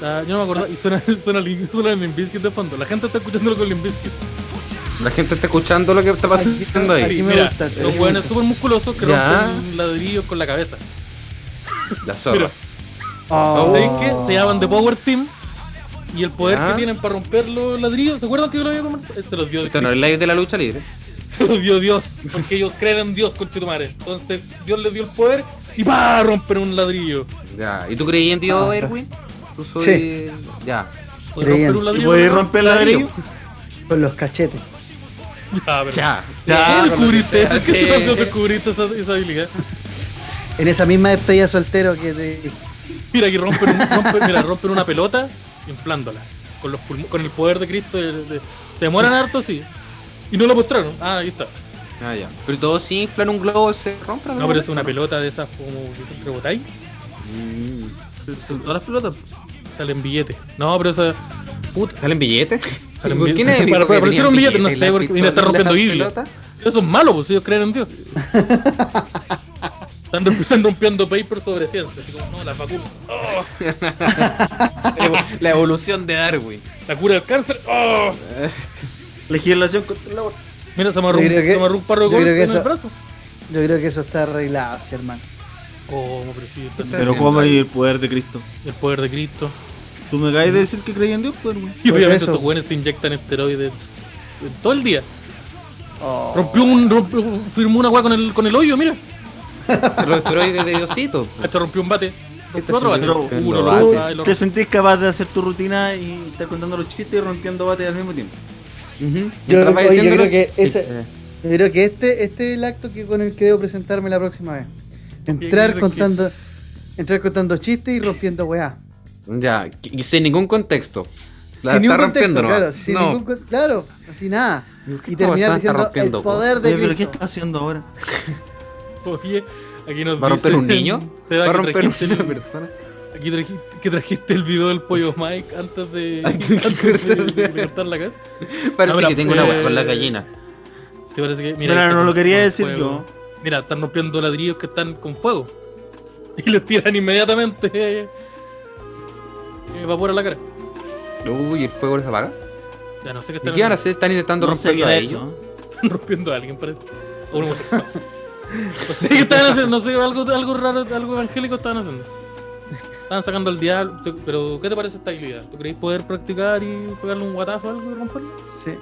Ah, yo no me acordaba, y suena, suena, Lim- suena Limp Bizkit de fondo. La gente está escuchándolo con Limp Bizkit.
La gente está escuchando lo que está pasando
Aquí-
ahí.
aquí-
Sí,
me
mira,
gusta, sí,
los
me
hueones
gusta.
súper musculosos que
Ya.
rompen ladrillos con la cabeza.
La zorra.
Mira.
Oh.
¿Sabéis qué? Se llaman The Power Team. Y el poder
Ya.
que tienen para romper los ladrillos, ¿se acuerdan que yo lo había conversado? Eh, Se los dio
Esto no es live de la lucha libre.
se los dio Dios, porque ellos creen en Dios, conchetumare. Entonces, Dios les dio el poder y ¡pa! rompen un ladrillo.
Ya. ¿Y tú creías en Dios,
Ah, está.
Erwin? Tú soy...
Sí.
Ya.
Pueden
Creían.
romper un
¿Y
ladrillo.
podéis romper el ladrillo?
Con los cachetes.
Ya, pero-
Ya.
¿Por qué descubriste eso? ¿Qué
Sí.
situación descubriste esa, esa habilidad?
En esa misma despedida soltero que te.
Mira, que rompen, un- rompen- mira, rompen una pelota inflándola. Con, los pulmo- con el poder de Cristo. de- de- se demoran harto, sí. Y no lo mostraron. Ah, ahí está.
Ah, ya. Pero todos si inflan un globo, se rompen.
No, pero es una pelota de esas como que siempre botáis.
Mm.
Son todas las pelotas.
Salen billetes. No, pero esa. Puta.
¿Salen billetes?
Salen
¿Por
billetes.
qué nadie dijo
Para-
que
para- aparecieron
tenían
billetes, no sé,
la
porque- mira,
pistola,
está rompiendo
la
Biblia.
pelota?
Pero Eso es malo, pues ellos creen en Dios. Están, romp- están rompiendo papers sobre ciencia. así como, no, la vacuna. Oh,
La evo- La evolución de Darwin.
la cura del cáncer. Oh.
Legislación contra la
Mira, se amarró, un-
Yo creo que-
se amarró un parro de
yo creo
golf en
que
el
eso-
brazo.
Yo creo que eso está arreglado, sí, hermano.
¿Cómo? Pero sí, está-
Está
Pero
haciendo
¿cómo
ahí?
hay el poder de Cristo?
el poder de Cristo.
Tú me acabas de decir que creía en Dios, pues, güey.
Y
Por
obviamente
eso.
estos jóvenes se inyectan esteroides eh, todo el día.
Oh.
Rompió un. rompió- firmó una weá con el, con el hoyo, mira.
Los droides de Diosito.
Hasta rompió un bate.
está
Este
Rompió otro bate.
haciendo?
Uno,
Rompiendo
lo ah,
Tú
bate.
te sentís capaz de hacer tu rutina y estar contando los chistes y rompiendo bates al mismo tiempo.
Yo,
Mientras va
oye, yo
diciéndolo-
creo que ese- yo creo que este, este es el acto que con el que debo presentarme la próxima vez.
dices
Entrar
que-
contando, entrar contando chistes y rompiendo weá.
Ya, y sin ningún contexto. La está
sin ningún contexto,
rompiendo nomás.
claro, sin
no.
ningún con- claro, así nada.
¿Qué
Y
cosa está
terminar diciendo el
rompiendo,
poder de
Oye, pero ¿qué
Cristo.
estás haciendo ahora?
Oye, aquí nos
¿Va a romper
dicen,
un niño?
Seba,
¿Va a
que
romper
trajiste
una
el-
persona?
Aquí trajiste, que trajiste el video del pollo Mike antes de,
Antes de
antes de- de cortar la casa. No,
Parece
mira,
que tengo una
eh,
hueá con la gallina.
Sí, parece que. Mira,
Mira,
está
no lo
con-
quería
con
decir
fuego. Mira, están rompiendo ladrillos que están con fuego. Y los tiran inmediatamente. eh, Evapora la cara.
Uy, el fuego les apaga.
Ya no sé qué
¿Y
están
qué van a hacer? Están
yo.
intentando
No sé qué
romperlo
era
a
eso.
ellos.
¿no?
Están rompiendo a alguien, parece. O un homosexual. No sé qué estaban haciendo, no sé, algo, algo raro, algo evangélico estaban haciendo. Estaban sacando al diablo. te- Pero, ¿qué te parece esta habilidad? ¿Tú creéis poder practicar y pegarle un guatazo a algo y romperlo?
Sí.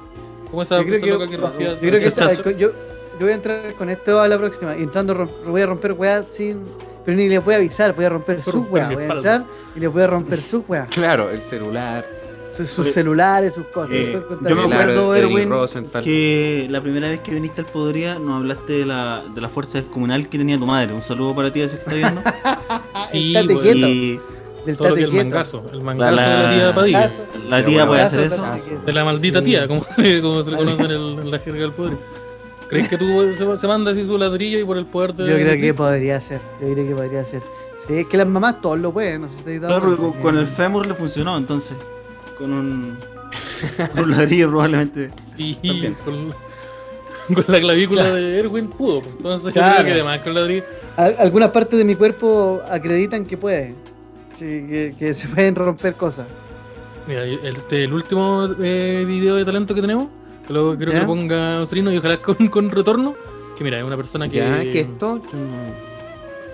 Como esa
Yo creo
esa
que,
loca que rompía.
yo creo que esta-
Rechazo.
yo, yo voy a entrar con esto a la próxima. Y entrando rom- voy a romper weá sin. Pero ni les voy a avisar, voy a romper
Voy a
su
romper
weá.
mi
Voy a
espalda.
entrar y les voy a romper su weá.
Claro, el celular.
Sus, sus
Oye,
celulares, sus cosas.
eh,
les voy a contar
yo
mi
me
el
vida.
aro
acuerdo,
de Teddy
Erwin,
Rosenthal.
Que la primera vez que viniste al Podría nos hablaste de la, de la fuerza descomunal que tenía tu madre. Un saludo para ti, si que está viendo.
Sí,
estate
güey.
quieto.
y
del
Todo lo que el
tate quieto.
mangazo, el mangazo
La-
de la tía Padilla.
Brazo,
la tía
bueno,
puede
brazo,
hacer eso.
tate
eso.
quieto.
De la maldita
Sí.
tía, como, como se le conoce en, el- en la jerga del poder. ¿Crees que tú se, se manda así su ladrillo y por el poder de.
Yo creo que podría ser, yo creo que podría ser. Sí, es que las mamás todos lo pueden, no sé si te has dado
Claro, porque
cuenta
con,
que-
con el fémur le funcionó, entonces. Con un, con un ladrillo probablemente.
Y,
también.
con- con la clavícula de Erwin pudo. pues. Entonces, yo creo
Claro.
que además con la Adri-
Al- algunas partes de mi cuerpo acreditan que puede. Sí, que, que se pueden romper cosas.
Mira, el, este, el último eh, video de talento que tenemos, que lo creo que lo
¿Ya?
ponga Ostrino y ojalá con, con retorno. Que mira, es una persona que.
Ya, que esto. yo no-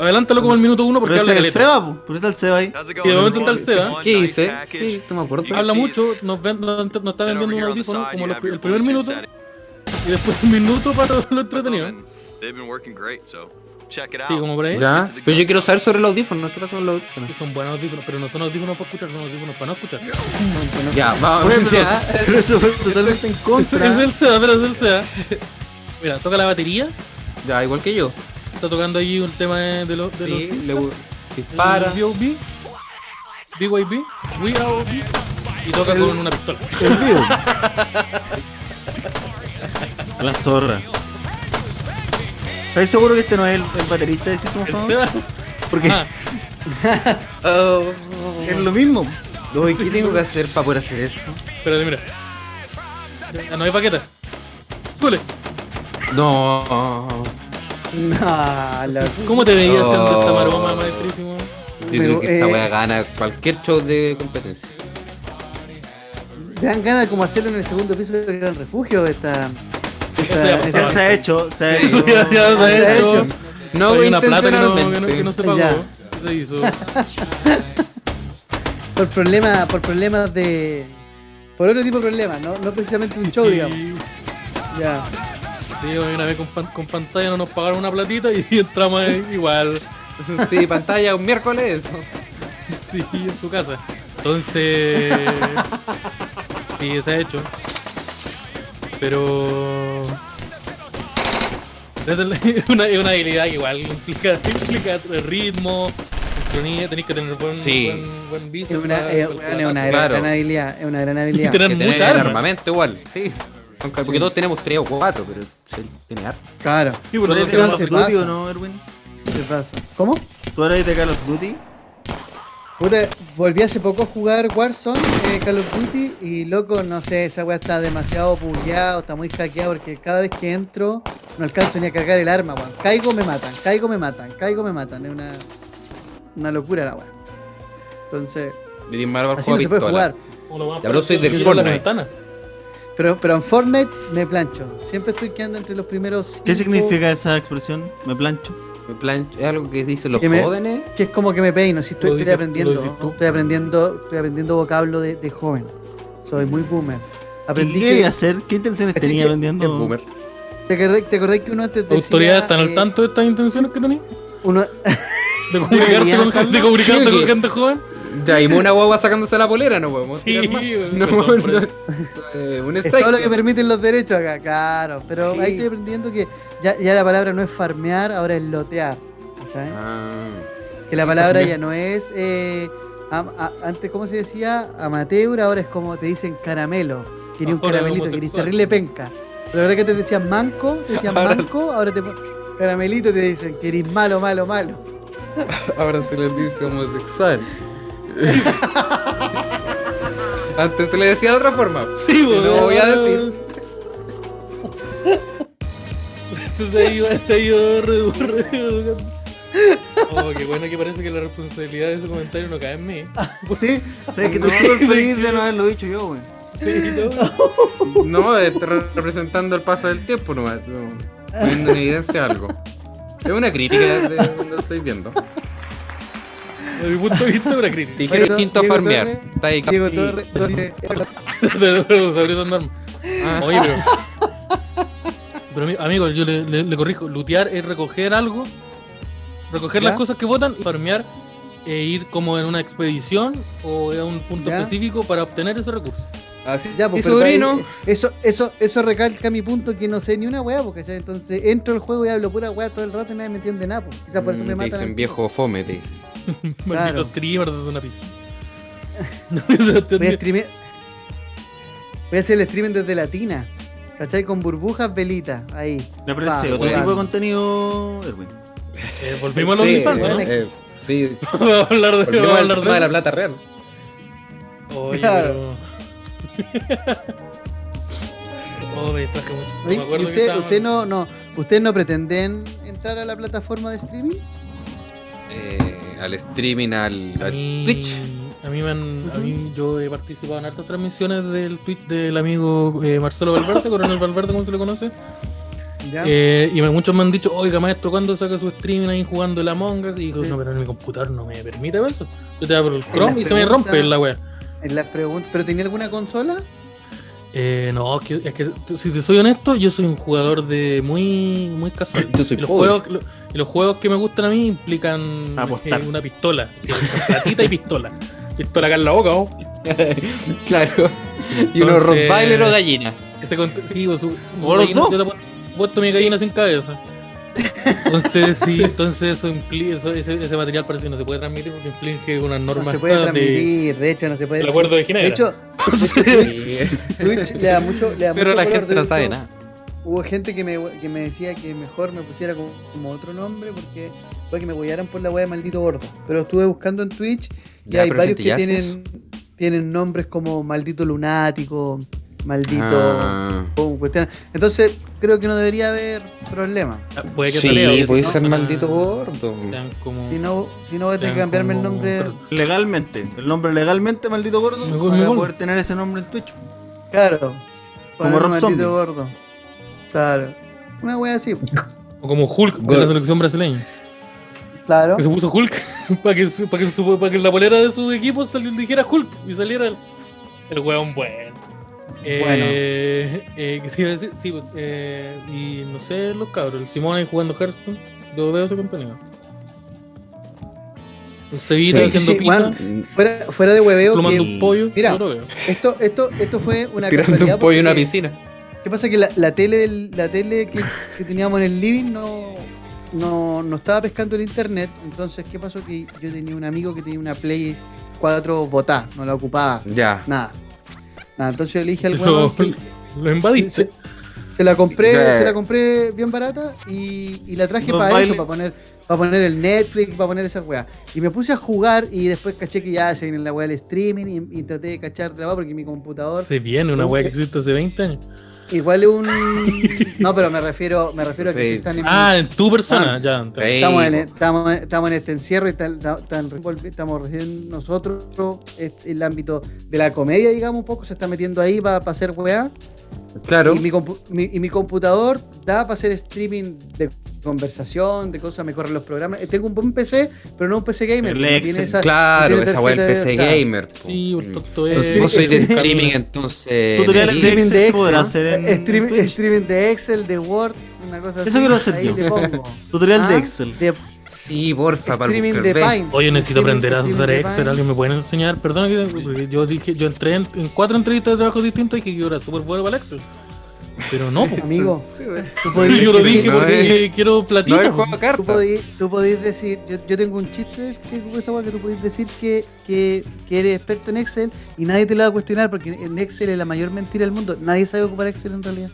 Adelántalo como el minuto uno porque
Pero
habla
ese es el
caleta.
Seba, po. pero está el Seba ahí.
Y de
de
momento
momento
está el Seba.
¿Qué hice? ¿Qué? No me acuerdo.
Habla mucho, nos, ven- nos- nos está vendiendo un audífono como los- el primer minuto y después un minuto para lo entretenido. Sí, como por ahí.
Ya, pero yo quiero saber sobre el audífono. ¿Qué pasa con los audífonos?
Que son buenos audífonos, pero no son audífonos para escuchar, son audífonos para no escuchar.
Ya, vamos.
Bueno, pero,
ya.
pero eso fue totalmente en
Es, es
contra.
el SEA, pero es el SEA. Mira, toca la batería,
Ya, igual que yo.
está tocando allí un tema de, de los. De los
Sí, le dispara.
Para. B.O.B. BYB. We are OB. Y toca con una pistola.
En vivo. La zorra. ¿Estás seguro que este no es el, el baterista de System of a
El
Down?
SEA.
Porque
Ah,
Oh.
es lo mismo.
No, ¿y ¿Qué tengo que hacer para poder hacer eso?
espérate, mira. Ya no hay paqueta. Súbele.
No.
No, la-
¿Cómo te veías haciendo esta
Oh.
maroma, maestrísimo?
Yo
Pero,
creo que esta
eh,
wea gana cualquier show de competencia.
te dan ganas de como hacerlo en el segundo piso del Gran Refugio. Esta,
Eso ya pasaba.
Ya se ha hecho, se ha
Eso
hecho.
ah, ya, ya lo
se ha
has hecho.
hecho.
No,
Hay una plata que no, que no,
intencionalmente.
que no se pagó.
Ya.
que Se hizo.
por, problema, por problemas de. Por otro tipo de problemas, no, no precisamente un show,
Y-
digamos. Ya.
Sí, una vez con, pan- con pantalla no nos pagaron una platita y entramos ahí igual.
Sí, pantalla un miércoles.
Sí, en su casa. Entonces. sí, se ha hecho. Pero. Es el- es una, es una habilidad que igual implica, implica ritmo, sincronía, tenés que tener buen,
Sí.
buen, buen
Es
bíceps
una,
para-
es
para-
una-
para
es una
hacer-
gran,
Claro.
habilidad. Es una gran habilidad.
Tener
que
mucha
tener
arma.
armamente igual, sí. Aunque- Porque todos tenemos tres o cuatro, pero él tiene harto.
Claro.
Sí, por
¿Tú
lo tanto,
eres de Call
Pero
vamos
no
of
se
Duty o
pasa.
no, Erwin?
¿Qué pasa? ¿Cómo?
¿Tú eres de Call of Duty?
Puta, volví hace poco a jugar Warzone, eh, Call of Duty, y loco, no sé, esa weá está demasiado bugueado, está muy hackeado, porque cada vez que entro no alcanzo ni a cargar el arma, weón. Caigo, me matan, caigo, me matan, caigo, me matan. Es una, una locura la weá. Entonces,
Green Marvel
así no se puede jugar.
a- uno más
Ya, pero soy
para-
del
yo por la
Fortnite.
ventana.
Pero, pero en Fortnite me plancho. Siempre estoy quedando entre los primeros.
¿Qué
cinco,
significa esa expresión? Me plancho.
En plan, es algo que dicen los
Que me-
jóvenes.
Que es como que me peino, si estoy,
Lo
estoy
dices-
aprendiendo.
lo dices tú.
Estoy aprendiendo, estoy aprendiendo vocablo de, de joven.
Mm.
Soy muy boomer. Aprendí
¿Qué
que-
quería hacer? ¿Qué intenciones
Así
tenía
que-
Es
vendiendo?
boomer.
¿Te acordás, te acordás que uno antes decía...
¿La autoridad están al
eh,
tanto de estas intenciones que tenéis?
Uno,
¿De comunicarte con, gente- de comunicarte
Sí,
con
que-
gente joven?
Ya, y una guagua sacándose la polera, no podemos.
Sí,
tirar más.
weón,
no,
perdón por
no.
eso.
Eh, Un
es
strike.
todo lo que permiten los derechos acá, claro. Pero
Sí.
ahí estoy aprendiendo que ya, ya la palabra no es farmear, ahora es lotear. ¿cachai?
Ah.
que la palabra
farmear.
ya no es... eh, am- a- antes, ¿cómo se decía? Amateur, ahora es como te dicen caramelo. Quería un
Ahora es
caramelito, quería
homosexual.
terrible penca. La verdad que te decían manco, te decían
Ahora-
manco, ahora te pon- caramelito te dicen querís malo, malo, malo.
Ahora se les dice homosexual. Antes se le decía de otra forma.
Sí,
Te
weón.
lo voy a decir.
Esto se ha ido, se ha ido redu- reeducando. Oh, qué bueno que parece que la responsabilidad de ese comentario no cae en mí.
¿Sí?
¿Sabes que
No,
estoy súper
sí,
feliz
sí.
de no haberlo dicho yo, güey?
Sí, ¿no?
No, eh, te re- representando el paso del tiempo nomás. No, poniendo en evidencia algo. Es una crítica de lo estoy viendo.
Desde mi punto de vista, una crítica.
Dijeron
Bueno,
distinto a
Diego
farmear.
Torres.
Está ahí.
Diego Torres dice...
Se abrió esa norma.
Ah,
Oye, pero. Pero ami- amigo, yo le, le- le corrijo. Lutear es recoger algo, recoger
¿Ya?
las cosas que votan y farmear e ir como en una expedición o a un punto
¿Ya?
específico para obtener ese recurso.
así.
Ya,
y
pues, pero
sobrino.
ahí- eso, eso, eso recalca mi punto que no sé ni una weá, porque entonces entro al juego y hablo pura weá todo el rato y nadie me entiende nada, pues. Quizás por eso
Mm,
me
te
matan.
dicen
al-
viejo fome, te dicen.
Maldito
Claro.
streamer desde una pizza. No, eso no
Voy a
entendí.
streamear- Voy a hacer el streaming desde Latina. ¿Cachai? Con burbujas, velitas, ahí.
Me parece
Ah,
otro
weón.
tipo de contenido, Erwin.
Eh, volvimos a los
Sí,
OnlyFans,
bueno,
¿no?
eh, sí,
Vamos a hablar de, vamos
volvemos
a
al
hablar
tema de
de
la plata real.
Oye,
Claro.
pero. Oh, me distraje mucho.
Oye,
me
¿y
acuerdo que
usted,
estábamos-
usted no, no, ¿Usted no pretenden entrar a la plataforma de streaming?
Eh, al streaming, al,
A
al
mí,
Twitch.
a mí, me han- a mí yo he participado en hartas transmisiones del Twitch del amigo eh, Marcelo Valverde, Coronel Valverde, como se le conoce.
¿Ya?
Eh, y me- muchos me han dicho, oiga maestro, ¿cuándo saca su streaming ahí jugando el Among Us? Y digo,
Sí.
no, pero en mi computador no me permite ver eso. Yo te abro el
la
Chrome y se me
pregunta-
rompe la wea.
En las preguntas. ¿Pero tenía alguna consola?
Eh, no, es que, es que t- si te soy honesto, yo soy un jugador de muy, muy casual.
Yo soy
y, los
pobre.
juegos, lo- y los juegos que me gustan a mí implican
Apostar.
eh, una pistola. Sí, platita y pistola. Pistola acá en la boca, oh.
claro. Y unos
Entonces-
rottweiler o gallina.
Ese cont- sí, vos, su-
O los
gallina-
dos.
yo te he puesto mi gallina sin cabeza. Entonces, sí, entonces eso impli- eso- ese, ese material parece que no se puede transmitir porque inflige unas
No
normas
se puede
de-
transmitir, de hecho, no se puede
del acuerdo de Ginebra.
De hecho, Twitch le da mucho. Le da
Pero
mucho
la
color,
gente
de
no
hecho,
sabe nada.
Hubo gente que me, que me decía que mejor me pusiera como, como otro nombre porque fue que me huellaran por la wea de maldito gordo. Pero estuve buscando en Twitch y
Ya,
hay
pero
varios
gente,
que
ya. pues.
tienen, tienen nombres como maldito lunático, maldito.
Ah.
o cuestión. Entonces, creo que no debería haber problema.
Ah, puede que
Sí,
toleo,
puede
¿no?
ser
Suena-
maldito gordo.
sean como-
Si no, si no voy a tener que
sean
cambiarme el
como-
nombre.
Legalmente, el nombre legalmente, maldito gordo,
Me- me
para
vuelvo.
poder tener ese nombre en Twitch.
Claro. poner
Rob
maldito
Zombie.
gordo. Claro. Una wea así. pues.
O como Hulk de la
Gol.
selección brasileña.
Claro.
Que se puso Hulk para que, su- pa' que, su- pa' que la polera de su equipo sal- dijera Hulk y saliera el, el weón bueno. Eh, eh, ¿qué te iba a decir? Sí, pues, eh, y no sé, los cabros. El Simón ahí jugando Hearthstone. Yo veo su compañero. El Cevita
Sí,
haciendo
sí,
pizza,
Juan, Fuera, fuera de hueveo, que
plumando un pollo.
mira.
yo lo veo.
esto, esto, esto fue una
Tirando
casualidad
un pollo en una
porque-
piscina.
¿Qué pasa? Que la, la tele, del- la tele que, que teníamos en el living no, no, no estaba pescando el internet. Entonces, ¿qué pasó? Que yo tenía un amigo que tenía una Play 4 botada, no la ocupaba,
Ya.
nada. Nada, entonces yo le dije al
Lo,
huevón que-
lo invadiste.
se la compré,
Ya.
se la compré bien barata y, y la traje
Los
para eso,
bailes.
para poner, para poner el Netflix, para poner esas weas. Y me puse a jugar y después caché que ya se viene la wea del streaming y, y traté de cachar la wea porque mi computador
Se viene una weá que existe hace 20 años.
igual es un no pero me refiero, me refiero a que
Sí,
se están
sí.
en-
Ah, en tu persona. ya, entonces.
Sí,
Estamos en,
po.
estamos, estamos en este encierro y tal- ta- tan revolve- estamos recién nosotros, este, el ámbito de la comedia, digamos, un poco se está metiendo ahí para hacer weá.
Claro.
Y mi, compu- mi- y mi computador da para hacer streaming de conversación, de cosas, me corren los programas. Eh, Tengo un buen PC, pero no un PC gamer.
El
porque
Excel.
Claro,
tiene
esa weá del
tarjeta
PC
de- claro.
gamer. po.
Sí, por
Mm.
tanto,
Entonces,
eh,
vos sois de
camina.
streaming, entonces.
Tutoriales
me di-
de-
Streaming
Excel
de
se podrá
Excel,
hacer en
eh, stream-
Twitch.
streaming de Excel, de Word, una cosa así.
Eso quiero hacer
ahí
yo.
le pongo.
Tutorial de
Ah,
Excel.
de-
Sí, porfa, para
streaming
buscar,
de
ve.
Paint.
Oye, necesito
Streaming-
aprender a
streaming
usar
de
Excel.
Paint.
¿Alguien me puede enseñar? Perdona, que porque yo dije, yo entré en, en cuatro entrevistas de trabajo distintas y dije que yo era súper bueno para el Excel. Pero no, po.
Amigo, tú podías-
Sí, pues, yo lo
Sí,
dije
Pues
pues.
no
porque quiero platito.
No es el
po.
juego de
Tú
cartas.
podí- tú podís decir, yo, yo tengo un chiste es que como esa weá que tú podís decir que, que, que eres experto en Excel y nadie te lo va a cuestionar porque en Excel es la mayor mentira del mundo. Nadie sabe ocupar Excel en realidad.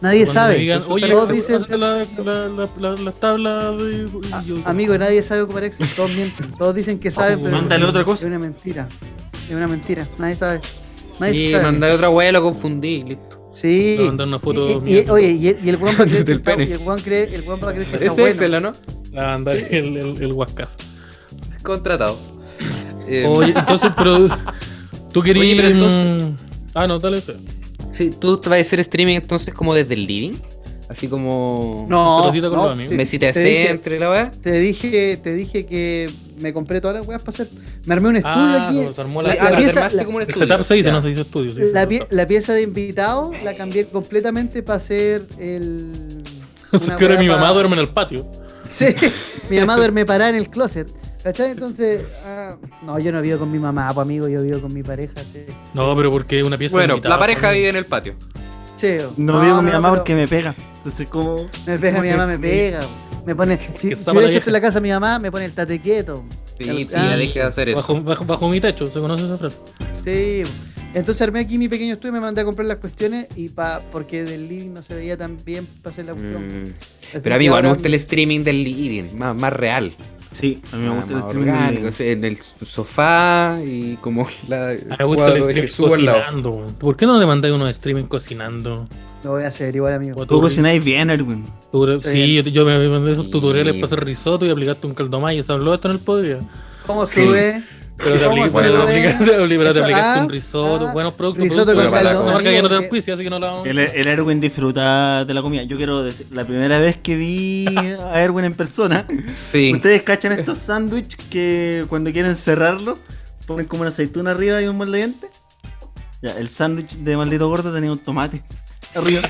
Nadie
Cuando
sabe.
me digan,
Entonces,
Oye,
todos
¿cómo
dicen-
hacen la- la- la- la- las tablas de.
"Ah,
y yo- Ah,
amigo, nadie sabe ocupar Excel. Todos mienten. Todos dicen que saben, pero
Mándale otra
es
cosa.
una mentira. Es una mentira. Nadie sabe. Nadie
Sí,
sabe.
mandé otra weá, lo confundí, listo.
Sí.
Me mandaron una foto
y, y-
mía.
oye, y el, y el weón va a creer que
Del
está-
pene.
y el weón cree- el weón va a creer que está
Ese
bueno.
es Excel, ¿no?
La banda, Ah, el, el, el Huascazo.
Contratado. Eh,
Oye, entonces, pero. Tú querías.
Oye, pero entonces-
mm, Ah, no, dale. Excel.
Sí, tú te vas a hacer streaming entonces como desde el living, así como
No,
Pelotita con
no,
los amigos.
te-
mesita de
te dije-
centro y la weá.
Te dije, te dije que me compré todas las weas para hacer. Me armé un estudio
Ah,
aquí.
como se armó la.
La- la pieza- la-
el setup se dice, no se dice estudio. se dice
La, pie-
setup.
la pieza de invitado la cambié completamente para hacer el.
Eso
una
es que ahora
wea
mi mamá
pa-
duerme en el patio.
Sí, mi mamá duerme parada en el closet. ¿Cachai? Entonces. ah, no, yo no vivo con mi mamá, pues amigo, yo vivo con mi pareja. Sí,
No, pero porque una pieza.
Bueno,
limitada,
la pareja
pues,
vive en el patio.
Sí,
No, vivo con mi mamá
pero
porque me pega. Entonces, como.
Me pega, mi mamá me pega. Me pone.
está
Si, si
para
hubiera
la
yo estoy en la
vieja.
casa de mi mamá, me pone el tate quieto.
Sí, sí,
Ah,
ya dejé de hacer eso.
Bajo, bajo, bajo mi techo, ¿se conoce esa frase?
Sí. Entonces armé aquí mi pequeño estudio, me mandé a comprar las cuestiones y pa, porque del living no se veía tan bien para hacer la cuestión.
Mm,
Así que
Pero amigo, a mí
ahora-
me gusta el streaming del living, más, más real.
Sí, a mí me
más,
gusta el
Ah, más
streaming. de-
orgánico, o sea, en el sofá y como la,
A
el
mí me gusta
cuadro
el streaming
de Jesús al lado.
cocinando. weón. ¿Por qué no le mandáis unos streaming cocinando?
Lo voy a hacer igual, amigo.
O
Tú
tu-
cocináis bien, Erwin.
tu-
Sí.
sí, yo, yo me mandé esos
Sí.
tutoriales para hacer risotto y aplicaste un caldo mayo. ¿Se habló esto en el podría?
¿Cómo sube?
Pero te,
¿Cómo
apli-
fue?
pero te aplicaste, pero te
Eso,
aplicaste
ah,
un risotto,
ah,
buenos productos.
Risotto
productos.
Bueno,
con
para la
caldo.
la marca
mayo,
ya no te
porque-
auspicia, así que no la vamos
El, el Erwin disfruta de la comida. Yo quiero decir, la primera vez que vi a Erwin en persona,
Sí.
ustedes cachan estos sándwiches que cuando quieren cerrarlo, ponen como una aceituna arriba y un molde de diente. Ya, el sándwich de maldito gordo tenía un tomate arriba.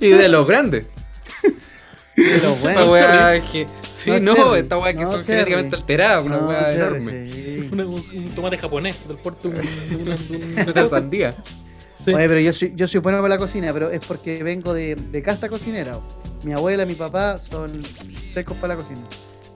Y de los grandes.
Pero
Esta
bueno.
weá que. Sí, no,
No, cherry.
esta weá que
No,
son
cherry.
genéticamente alteradas, una
No,
weá
claro,
enorme.
sí.
Una- un, un tomate japonés del puerto de un- de una- de un- de
Una
una-
sandía.
sí.
Oye, pero yo soy, yo soy bueno para la cocina, pero es porque vengo de, de casta cocinera. Mi abuela, mi papá son secos para la cocina.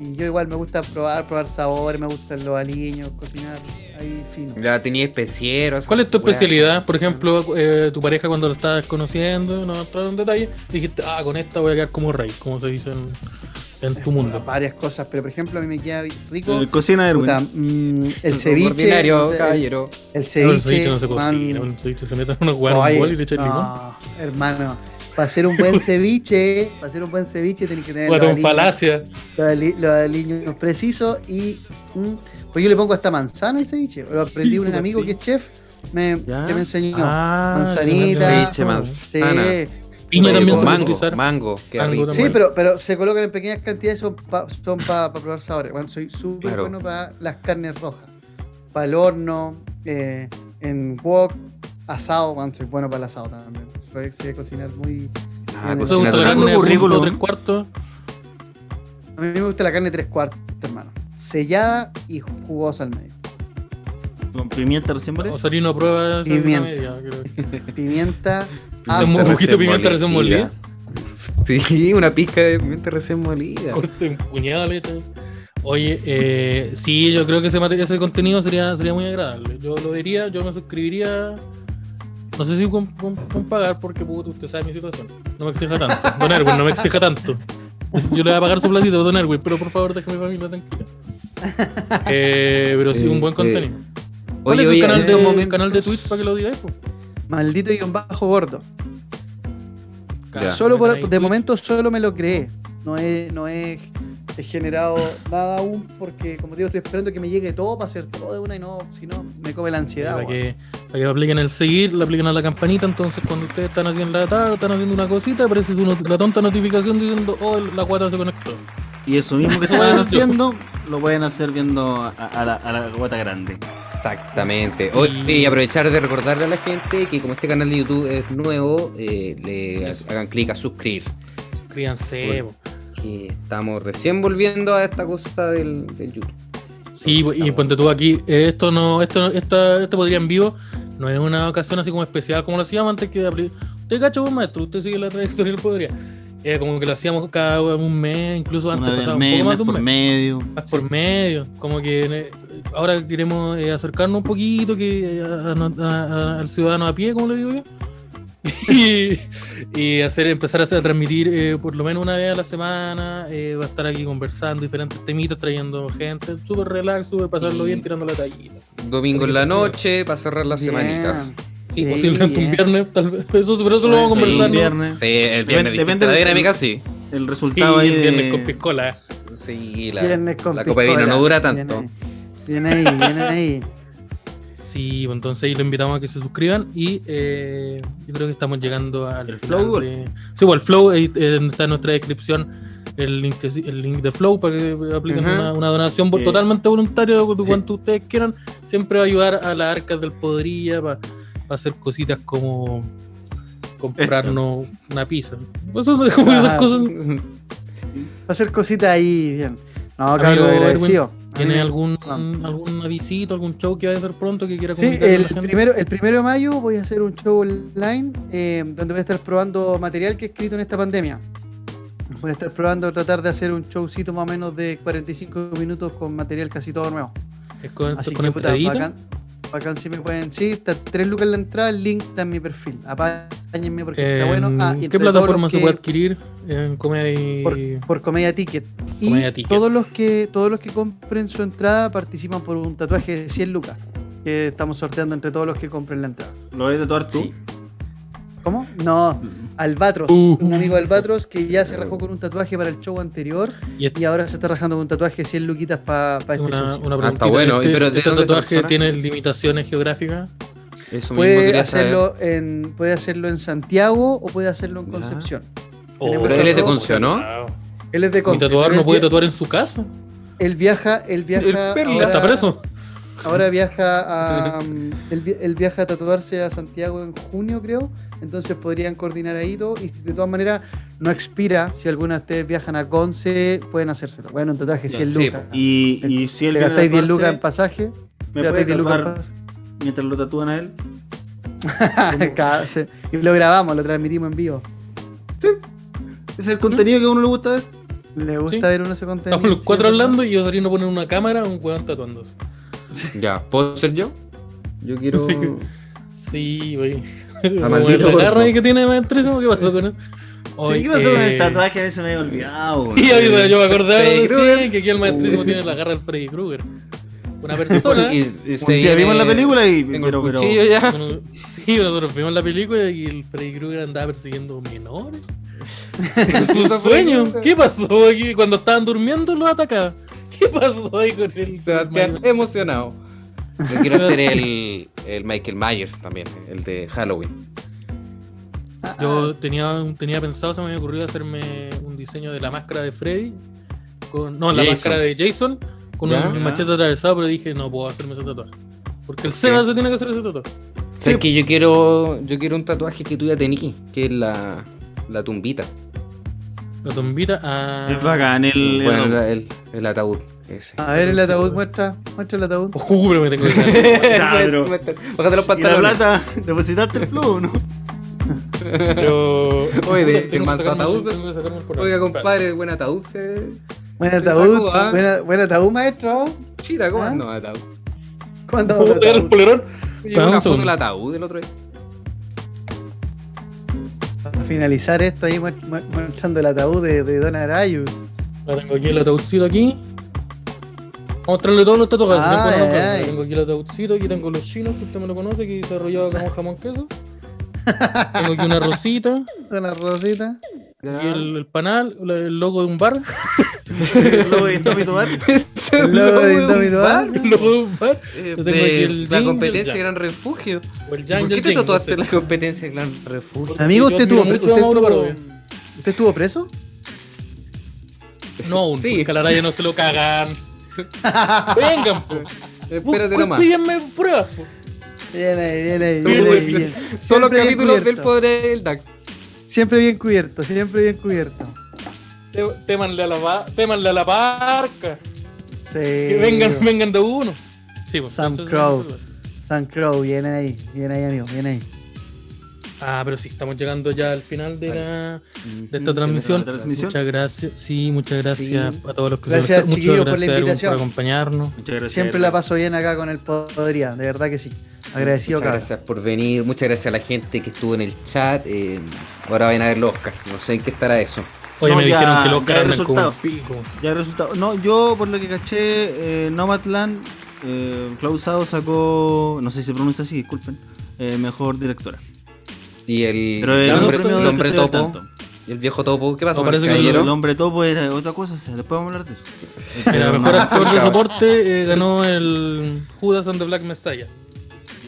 Y yo igual me gusta probar, probar sabores, me gustan los aliños, cocinar ahí fino.
Ya tenía especieros.
¿Cuál es tu especialidad? Por ejemplo, eh, tu pareja cuando la estabas conociendo, no entraron en detalle, dijiste, ah, con esta voy a quedar como rey, como se dice en, en tu mundo.
Varias cosas, pero por ejemplo a mí me queda rico
El cocina de Erwin.
puta, mm, el ceviche.
Ordinario,
el-
caballero.
El
No,
ceviche.
el ceviche no se cocina,
man.
el ceviche se mete en unos huevos en
Oye,
un bol y le echa el
no,
limón.
hermano, para hacer un buen ceviche, para hacer un buen ceviche tenés que tener
Bueno,
los
un
aliños,
falacia.
los ali- los aliños precisos y mm, pues yo le pongo hasta manzana al ceviche. Lo aprendí
Sí,
de un
súper
amigo
sí.
que es chef, me,
Ya.
que me enseñó.
Ah,
manzanita.
Ceviche,
sí,
manzana.
Piña
Oye,
también
con
se puede
mango,
utilizar.
Mango, qué
Mango
rico.
sí,
también.
pero, pero se colocan en pequeñas cantidades, son para son pa- pa probar sabores. Bueno, soy súper
Claro.
bueno para las carnes rojas, para el horno, eh, en wok, asado, bueno, soy bueno para el asado también. Soy sé cocinar muy...
Ah,
Eso
¿Te
es
cocina
un
gusta la
grande
carne
natural.
de
currículum.
punto, tres cuartos?
A mí me gusta la carne tres cuartos, hermano. Sellada y jugosa al medio.
Con pimienta recién molida.
O salir una prueba de
Pimienta.
media, creo.
Pimienta,
Pimienta
ajo,
Un poquito de pimienta recién
recién
molida.
Sí, una pizca de pimienta recién molida.
corte en puñal y todo. Oye, eh, sí, yo creo que ese, material, ese contenido sería, sería muy agradable. Yo lo vería, yo me suscribiría. No sé si con, con- con pagar, porque puto, usted sabe mi situación. No me exija tanto. Don Erwin, no me exija tanto. Yo le voy a pagar su platito, don Erwin, pero por favor, deje a mi familia tranquila. Eh, pero sí, un buen
Eh,
contenido. ¿Cuál
Oye,
es
oye, eh,
tu canal,
en
de,
estos momentos-
canal de Twitch para que lo digáis? po?
maldito y un bajo gordo.
Ya.
Solo por-
Ahí,
de
Twitch.
momento solo me lo creé. No he, no he, he generado nada aún porque, como digo, estoy esperando que me llegue todo para hacer todo de una y no, si no, me come la ansiedad.
Para
weón.
que, para que apliquen el seguir, le apliquen a la campanita. Entonces, cuando ustedes están haciendo la tarde, están haciendo una cosita, aparece su not- la tonta notificación diciendo, oh, el- la cuata se conectó.
Y eso mismo que estaban haciendo, lo pueden hacer viendo a, a la, a la guata grande.
Exactamente. Hoy, y aprovechar de recordarle a la gente que como este canal de YouTube es nuevo, eh, le
Eso.
hagan clic a suscribir.
Críanse. po.
Que estamos recién volviendo a esta cosa del, del YouTube.
Sí, po, y ponte tú aquí, eh, esto no, esto no, esta, este podría en vivo, no es una ocasión así como especial como lo hacíamos antes que abrir. Usted cacho, buen maestro, usted sigue la trayectoria del podría. Eh, como que lo hacíamos cada un mes, incluso antes,
Una vez
pasaba
al
un poco más
mes, mes
de un
por
mes.
medio.
más por medio, como que eh, ahora queremos eh, acercarnos un poquito que eh, a- a- a- al ciudadano a pie, como le digo yo, y, y hacer, empezar a, hacer- a transmitir eh, por lo menos una vez a la semana, eh, va a estar aquí conversando diferentes temitas, trayendo gente, súper relax, súper pasarlo
Y-
bien, tirando la tallita.
Domingo en la
Así que
noche para cerrar la
Bien.
semanita.
Sí, pues,
Sí,
posiblemente un
bien.
viernes, tal vez, eso, pero eso lo vamos a
Puede ser
conversar.
un
¿no?
viernes.
Sí, el
Depende-
viernes
depende
depende de la
del-
dinámica, sí.
El
Sí,
resultado ahí
el
de-
viernes con piscola.
Sí, la,
Viernes con
la copa de vino
piscola.
no dura tanto.
Viene ahí, viene ahí. viene ahí.
Sí, pues entonces ahí lo invitamos a que se suscriban y eh, yo creo que estamos llegando al
El
final
Flow,
de- Sí, bueno, el Flow, ahí eh, está en nuestra descripción el link, que sí- el link de Flow para que apliquen
Ujú.
una, una donación vo-
Eh.
totalmente voluntaria, lo
eh.
que- cuanto ustedes quieran. Siempre va a ayudar a las arcas del Podrilla para hacer cositas como comprarnos una pizza. Pues eso es como esas
Ah,
cosas.
Va a hacer cositas ahí, bien. No,
Amigo
cabrón,
Erwin,
agradecido.
¿Tiene
Amigo.
algún,
Ah.
algún avisito, algún show que vaya a hacer pronto que quiera
Sí,
comunicarle a
el
la gente?
primero, el primero de mayo voy a hacer un show online eh, donde voy a estar probando material que he escrito en esta pandemia. Voy a estar probando, tratar de hacer un showcito más o menos de 45 minutos con material casi todo nuevo.
Es con,
Así
con
que, puta,
entradita.
bacán, bacán si me pueden. Sí, está 3 lucas en la entrada, el link está en mi perfil. Apáñenme porque está bueno.
En-
Ah, y
Em, ¿Qué
entre todos
plataforma
los
se
que-
puede adquirir? En Comedia y-
Por, por Comedia Ticket. Y
Comedia Ticket.
Todos, los que, todos los que compren su entrada participan por un tatuaje de 100 lucas que estamos sorteando entre todos los que compren la entrada.
Lo voy a tatuar tú.
Sí.
No, Albatros,
Uh.
un amigo de Albatros que ya se rajó con un tatuaje para el show anterior
Y este-
y ahora se está rajando con un tatuaje de 100 luquitas para este
una,
sucio.
una
Ah, está
preguntita.
bueno.
¿Este,
¿Y pero de
este
dónde es la
tatuaje
persona?
tiene limitaciones geográficas?
Eso mismo
Puede
quería saber.
hacerlo, en, puede hacerlo en Santiago o puede hacerlo en
Ya.
Concepción.
O
Pero él es de
Concio, ¿no?
Él es de
Mi
Concepción.
Oh. tatuador
él
no puede
via-
tatuar en su casa.
Él viaja, él viaja.
El Perla
ahora-
Está preso.
Ahora viaja a. mm, él, vi- él viaja a tatuarse a Santiago en junio, creo. Entonces podrían coordinar ahí todo. Y si de todas maneras no expira, si alguna de ustedes viajan a Conce, pueden hacérselo. Bueno, un tatuaje
Ya,
100
sí,
lucas.
Y, y si él
Le
viene a
gastáis 10 lucas en
tatuarse,
pasaje.
¿me
le
puede
gastáis 10 lucas en
tatuar mientras lo tatúan a él?
pasaje. Cada- sí. y lo grabamos, lo transmitimos en vivo.
Es el contenido que a uno le gusta
¿Mm?
ver.
¿Le gusta
Sí.
ver uno ese contenido?
Estamos los
Sí,
cuatro
es verdad.
hablando y yo salí no poner una cámara, un weón tatuándose.
Ya, ¿puedo ser yo? Yo quiero.
Sí. Sí, güey.
Ah,
Como
maldito
la garra
gordo.
ahí que tiene maestrísimo, ¿qué pasó con él? Hoy,
¿Qué pasó con
eh,
el tatuaje? A veces me había olvidado.
Y
güey.
yo, yo me acordaba
Freddy
de
Krueger.
que aquí el maestrísimo
Uy.
tiene la garra del Freddy Krueger. Una persona.
Un
eh,
día vimos la película y.
Tengo
Pero,
el
pero.
cuchillo ya.
Bueno, Sí, nosotros vimos la película y el Freddy Krueger andaba persiguiendo menores. En sus sueños. ¿Qué pasó aquí? Cuando estaban durmiendo lo atacaba. ¿Qué pasó ahí con el
Sebastián, emocionado. Yo quiero hacer el, el Michael Myers también, el de Halloween.
Yo tenía, tenía pensado, se me había ocurrido hacerme un diseño de la máscara de Freddy. Con, no, la
Jason.
máscara de Jason con
Ya.
un machete atravesado, pero dije, no puedo hacerme ese tatuaje. Porque el Seba se tiene que hacer ese tatuaje.
O sea, que yo quiero, yo quiero un tatuaje que tú ya tenías, que es la, la tumbita.
La ah, tombita a.
Es bacán el.
bueno,
el-
el, el ataúd. Ese.
A ver el ataúd, muestra, muestra el ataúd.
Ojo, pues pero me tengo que sacar.
Claro.
Bájate los
Y la
pantalones.
plata, depositaste el flow, ¿no?
Pero.
Oye, de- de
Tengo que
manso
sacarme-
ataúd.
tengo que sacarme el corazón.
Oiga, compadre, buen ataúd. Se...
Buen
Te
ataúd,
saco, ah.
buena- buen ataúd, maestro.
Chita, ¿cómo
¿Ah?
anda el ataúd?
¿Cuándo
¿Puedo
vamos al
sacar el
ataúd?
polerón?
Yo
Pero
vi una
un
foto
segundo.
del ataúd el otro día.
Para finalizar esto ahí muest- mu- mostrando el ataúd de, de Don Arayus.
La tengo aquí el ataúdcito aquí. Vamos a mostrarle todos los tatuajes.
Ah,
Ay,
no puedo mostrar.
ay.
Yo Tengo aquí el ataúdcito, aquí tengo los chinos, que usted me lo conoce, que desarrollaba como jamón queso. Tengo aquí una rosita,
Don Rosita.
y el, el panal, la- el logo de un bar,
El logo de Tommy Tobar.
Ese
El logo de
logo de un
Indomito
bar,
el logo de un bar,
eh,
Yo tengo aquí el
de
Jin y
La
el
competencia
Yang.
Gran Refugio.
o el yang
¿Por
y
qué
el
te
yang, no
tatuaste
sé.
la competencia Gran Refugio?
Amigo,
Yo
¿usted
admiro
estuvo, pre-
mucho
usted
a Mauro
estuvo-
Parodi.
usted estuvo preso?
No, aún,
Sí.
porque a la raya no se lo cagan. Vengan, po.
Espérate
Busquen,
nomás.
Pídanme pruebas, po.
Bien ahí, bien ahí,
Bien,
bien, ahí,
bien.
bien.
Son los
Siempre bien
capítulos del
cubierto.
poder del DAX.
Siempre bien cubierto, siempre bien cubierto.
Té- Témanle a la, ba- témanle a la barca.
Sí.
Que vengan, vengan de uno. Sí, pues,
Sam
entonces-
Crow. San Crow, bien ahí, bien ahí, amigo, bien ahí.
Ah, pero sí, estamos llegando ya al final de, la, de esta
Mm,
transmisión.
la transmisión.
Muchas gracias. Sí, muchas gracias
Sí.
a todos los que
Gracias,
conectaron.
chiquillos, por la
Muchas gracias Erwin,
invitación.
por acompañarnos.
Muchas gracias.
Siempre la paso bien acá con el Podría, de verdad que sí. Agradecido,
Muchas
cabrón.
gracias por venir, muchas gracias a la gente que estuvo en el chat. eh, ahora vayan a ver los Oscar, no sé en qué estará eso.
Oye,
No,
me
ya-
dijeron que los
ya
caras
hay
andan como un
resultados.
pico.
Ya el resultado. No, yo por lo que caché, eh, Nomadland, eh, Klausado sacó. No sé si se pronuncia así, disculpen. eh, mejor directora.
Y el,
Pero el,
el
no
hombre,
premio
el
del
hombre
que estoy al
topo,
tanto.
y el viejo topo, ¿qué pasó
No,
con el
parece que lo-
caballero?
El hombre topo era otra cosa, o sea, después vamos a hablar de eso.
Mira,
Pero
mejor
no.
actor de
Cabrón.
soporte eh, ganó el Judas and the Black Messiah.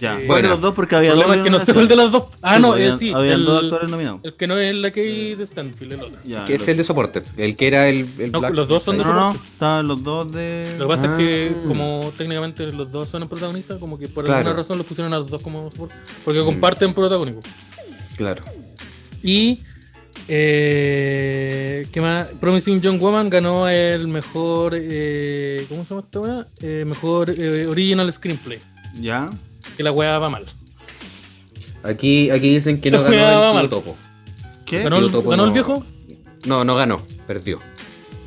Ya,
Eh,
bueno,
Bueno.
los dos porque
El
había dos.
problema es que no sé cuál de
nominaciones.
las dos. Ah, no, eh,
pues, habían,
sí.
habían
el,
dos actores nominados.
el que no es la Kate de Stanfield, el otro.
Ya,
Que
los-
es el de soporte, el que era el, el
No, los dos son de
No,
Messiah.
no, no, estaban los dos de.
Lo que pasa es que,
Ah.
como técnicamente los dos son los protagonistas, como que por
Claro.
alguna razón los pusieron a los dos como soporte, porque comparten protagonismo.
Claro.
Y. Eh, ¿Qué más? Promising Young Woman ganó el mejor. eh, ¿Cómo se llama esta weá? Eh, mejor eh, Original Screenplay.
Ya.
Que la weá va mal.
Aquí, aquí dicen que no
Me daba
ganó el
mal.
tío topo.
¿Qué?
¿Ganó,
Yo
el,
topo
ganó el
no.
viejo?
No, no ganó, perdió.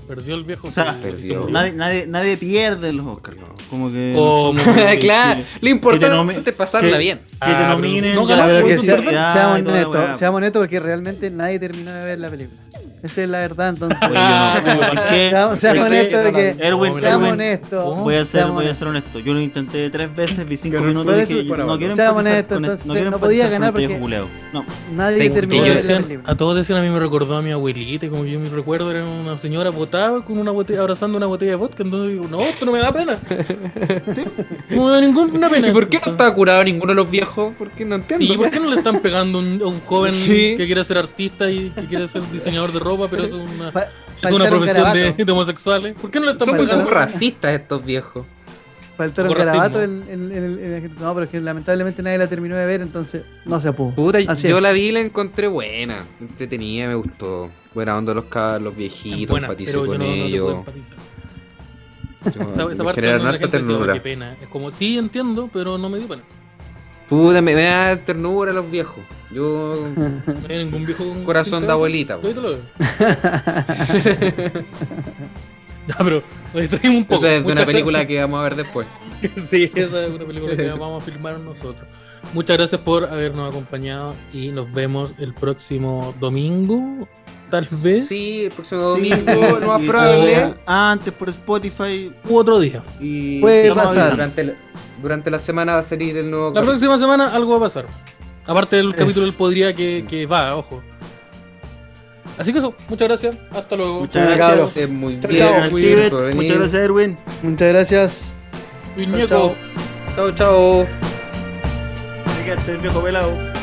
Perdió el viejo.
O sea,
sí,
perdió.
se murió.
Nadie, nadie, nadie pierde los Oscars.
No.
Como que.
Como-
claro, lo
Este
nomi-
importante es pasarla
que-
bien.
Que te
Ah,
nominen.
no
ya,
ganó,
Pero
pero
que
es
sea-
ya,
seamos
y toda la
honestos,
weá.
seamos honestos porque realmente nadie terminó de ver la película. Esa es la verdad, entonces. Ah,
Oye, yo no. Es que-
Seamos-
es
seamos
que-
honestos de que-
Erwin,
Seamos
Seamos
Erwin,
honestos.
¿Cómo?
Voy a ser, voy
seamos
a
honestos.
ser honesto. Yo lo intenté tres veces, vi cinco
Que no
minutos
fue
y
eso
dije,
y para
no
abajo.
quiero
Seamos
empatizar con
honestos,
este-
entonces,
no quiero
no podía
empatizar con
ganar
este viejo
porque-
culiao. No,
Nadie
Tengo-
Y
terminó de
yo
ver la
decían-
película.
a todos decían a mí me recordó a mi abuelita, como que yo me recuerdo, era una señora botada con una botella, abrazando una botella de vodka, entonces digo, no, esto no me da pena. No me da ninguna pena.
¿Y por qué no
Entonces,
está curado ninguno de los viejos? ¿Por qué no entiendo?
Sí, ¿por qué no le están pegando a un, a un joven
Sí.
que quiere ser artista y que quiere ser diseñador de ropa, pero es una,
Fa-
es una
faltaron
profesión de,
garabatos.
de homosexuales? ¿Por qué no le están
Son muy
pegando?
poco racistas estos viejos.
Faltaron
Por racismo.
garabatos en, en- en el- en la gente. No, pero es que lamentablemente nadie la terminó de ver, entonces no se pudo.
Puta,
Así
yo
es.
la vi y la encontré buena. Entretenida, me gustó. Buena onda los cabros, los viejitos,
Buena,
empaticé
pero yo
con
no, no te puedo
ellos.
empatizar.
Yo-
Esa, esa
me
parte
generaron
donde la
harta
gente decía, "Oye,
ternura.
qué pena. Es como, sí, entiendo, pero no me dio pena.
Puta, me, me da ternura los viejos. Yo,
No hay ningún viejo con sin
corazón de
cabeza.
abuelita. po.
Ahí te lo veo. ya, pero oye, trajimos un poco.
Esa es de
Muchas
una película que vamos a ver después.
gracias. sí, esa es una película que vamos a filmar nosotros. Muchas gracias por habernos acompañado y nos vemos el próximo domingo, tal vez,
Sí, el próximo
Sí,
domingo, lo más
y-
probable.
Antes por Spotify.
u otro día.
Y
Puede
vamos a ver,
pasar.
Durante la, durante la semana va a salir el nuevo
La
capítulo.
próxima semana algo va a pasar. Aparte del
Eso.
capítulo del podría que, que va, ojo. Así que eso, muchas gracias. Hasta luego.
muchas
Bueno,
gracias.
Esté muy
Chao,
bien,
chao.
gracias por
Tíbet,
venir.
Muchas gracias, Erwin.
Muchas gracias.
Viñeco.
Chao, chao.
Chao, chao.
Fíjate, viejo pelado.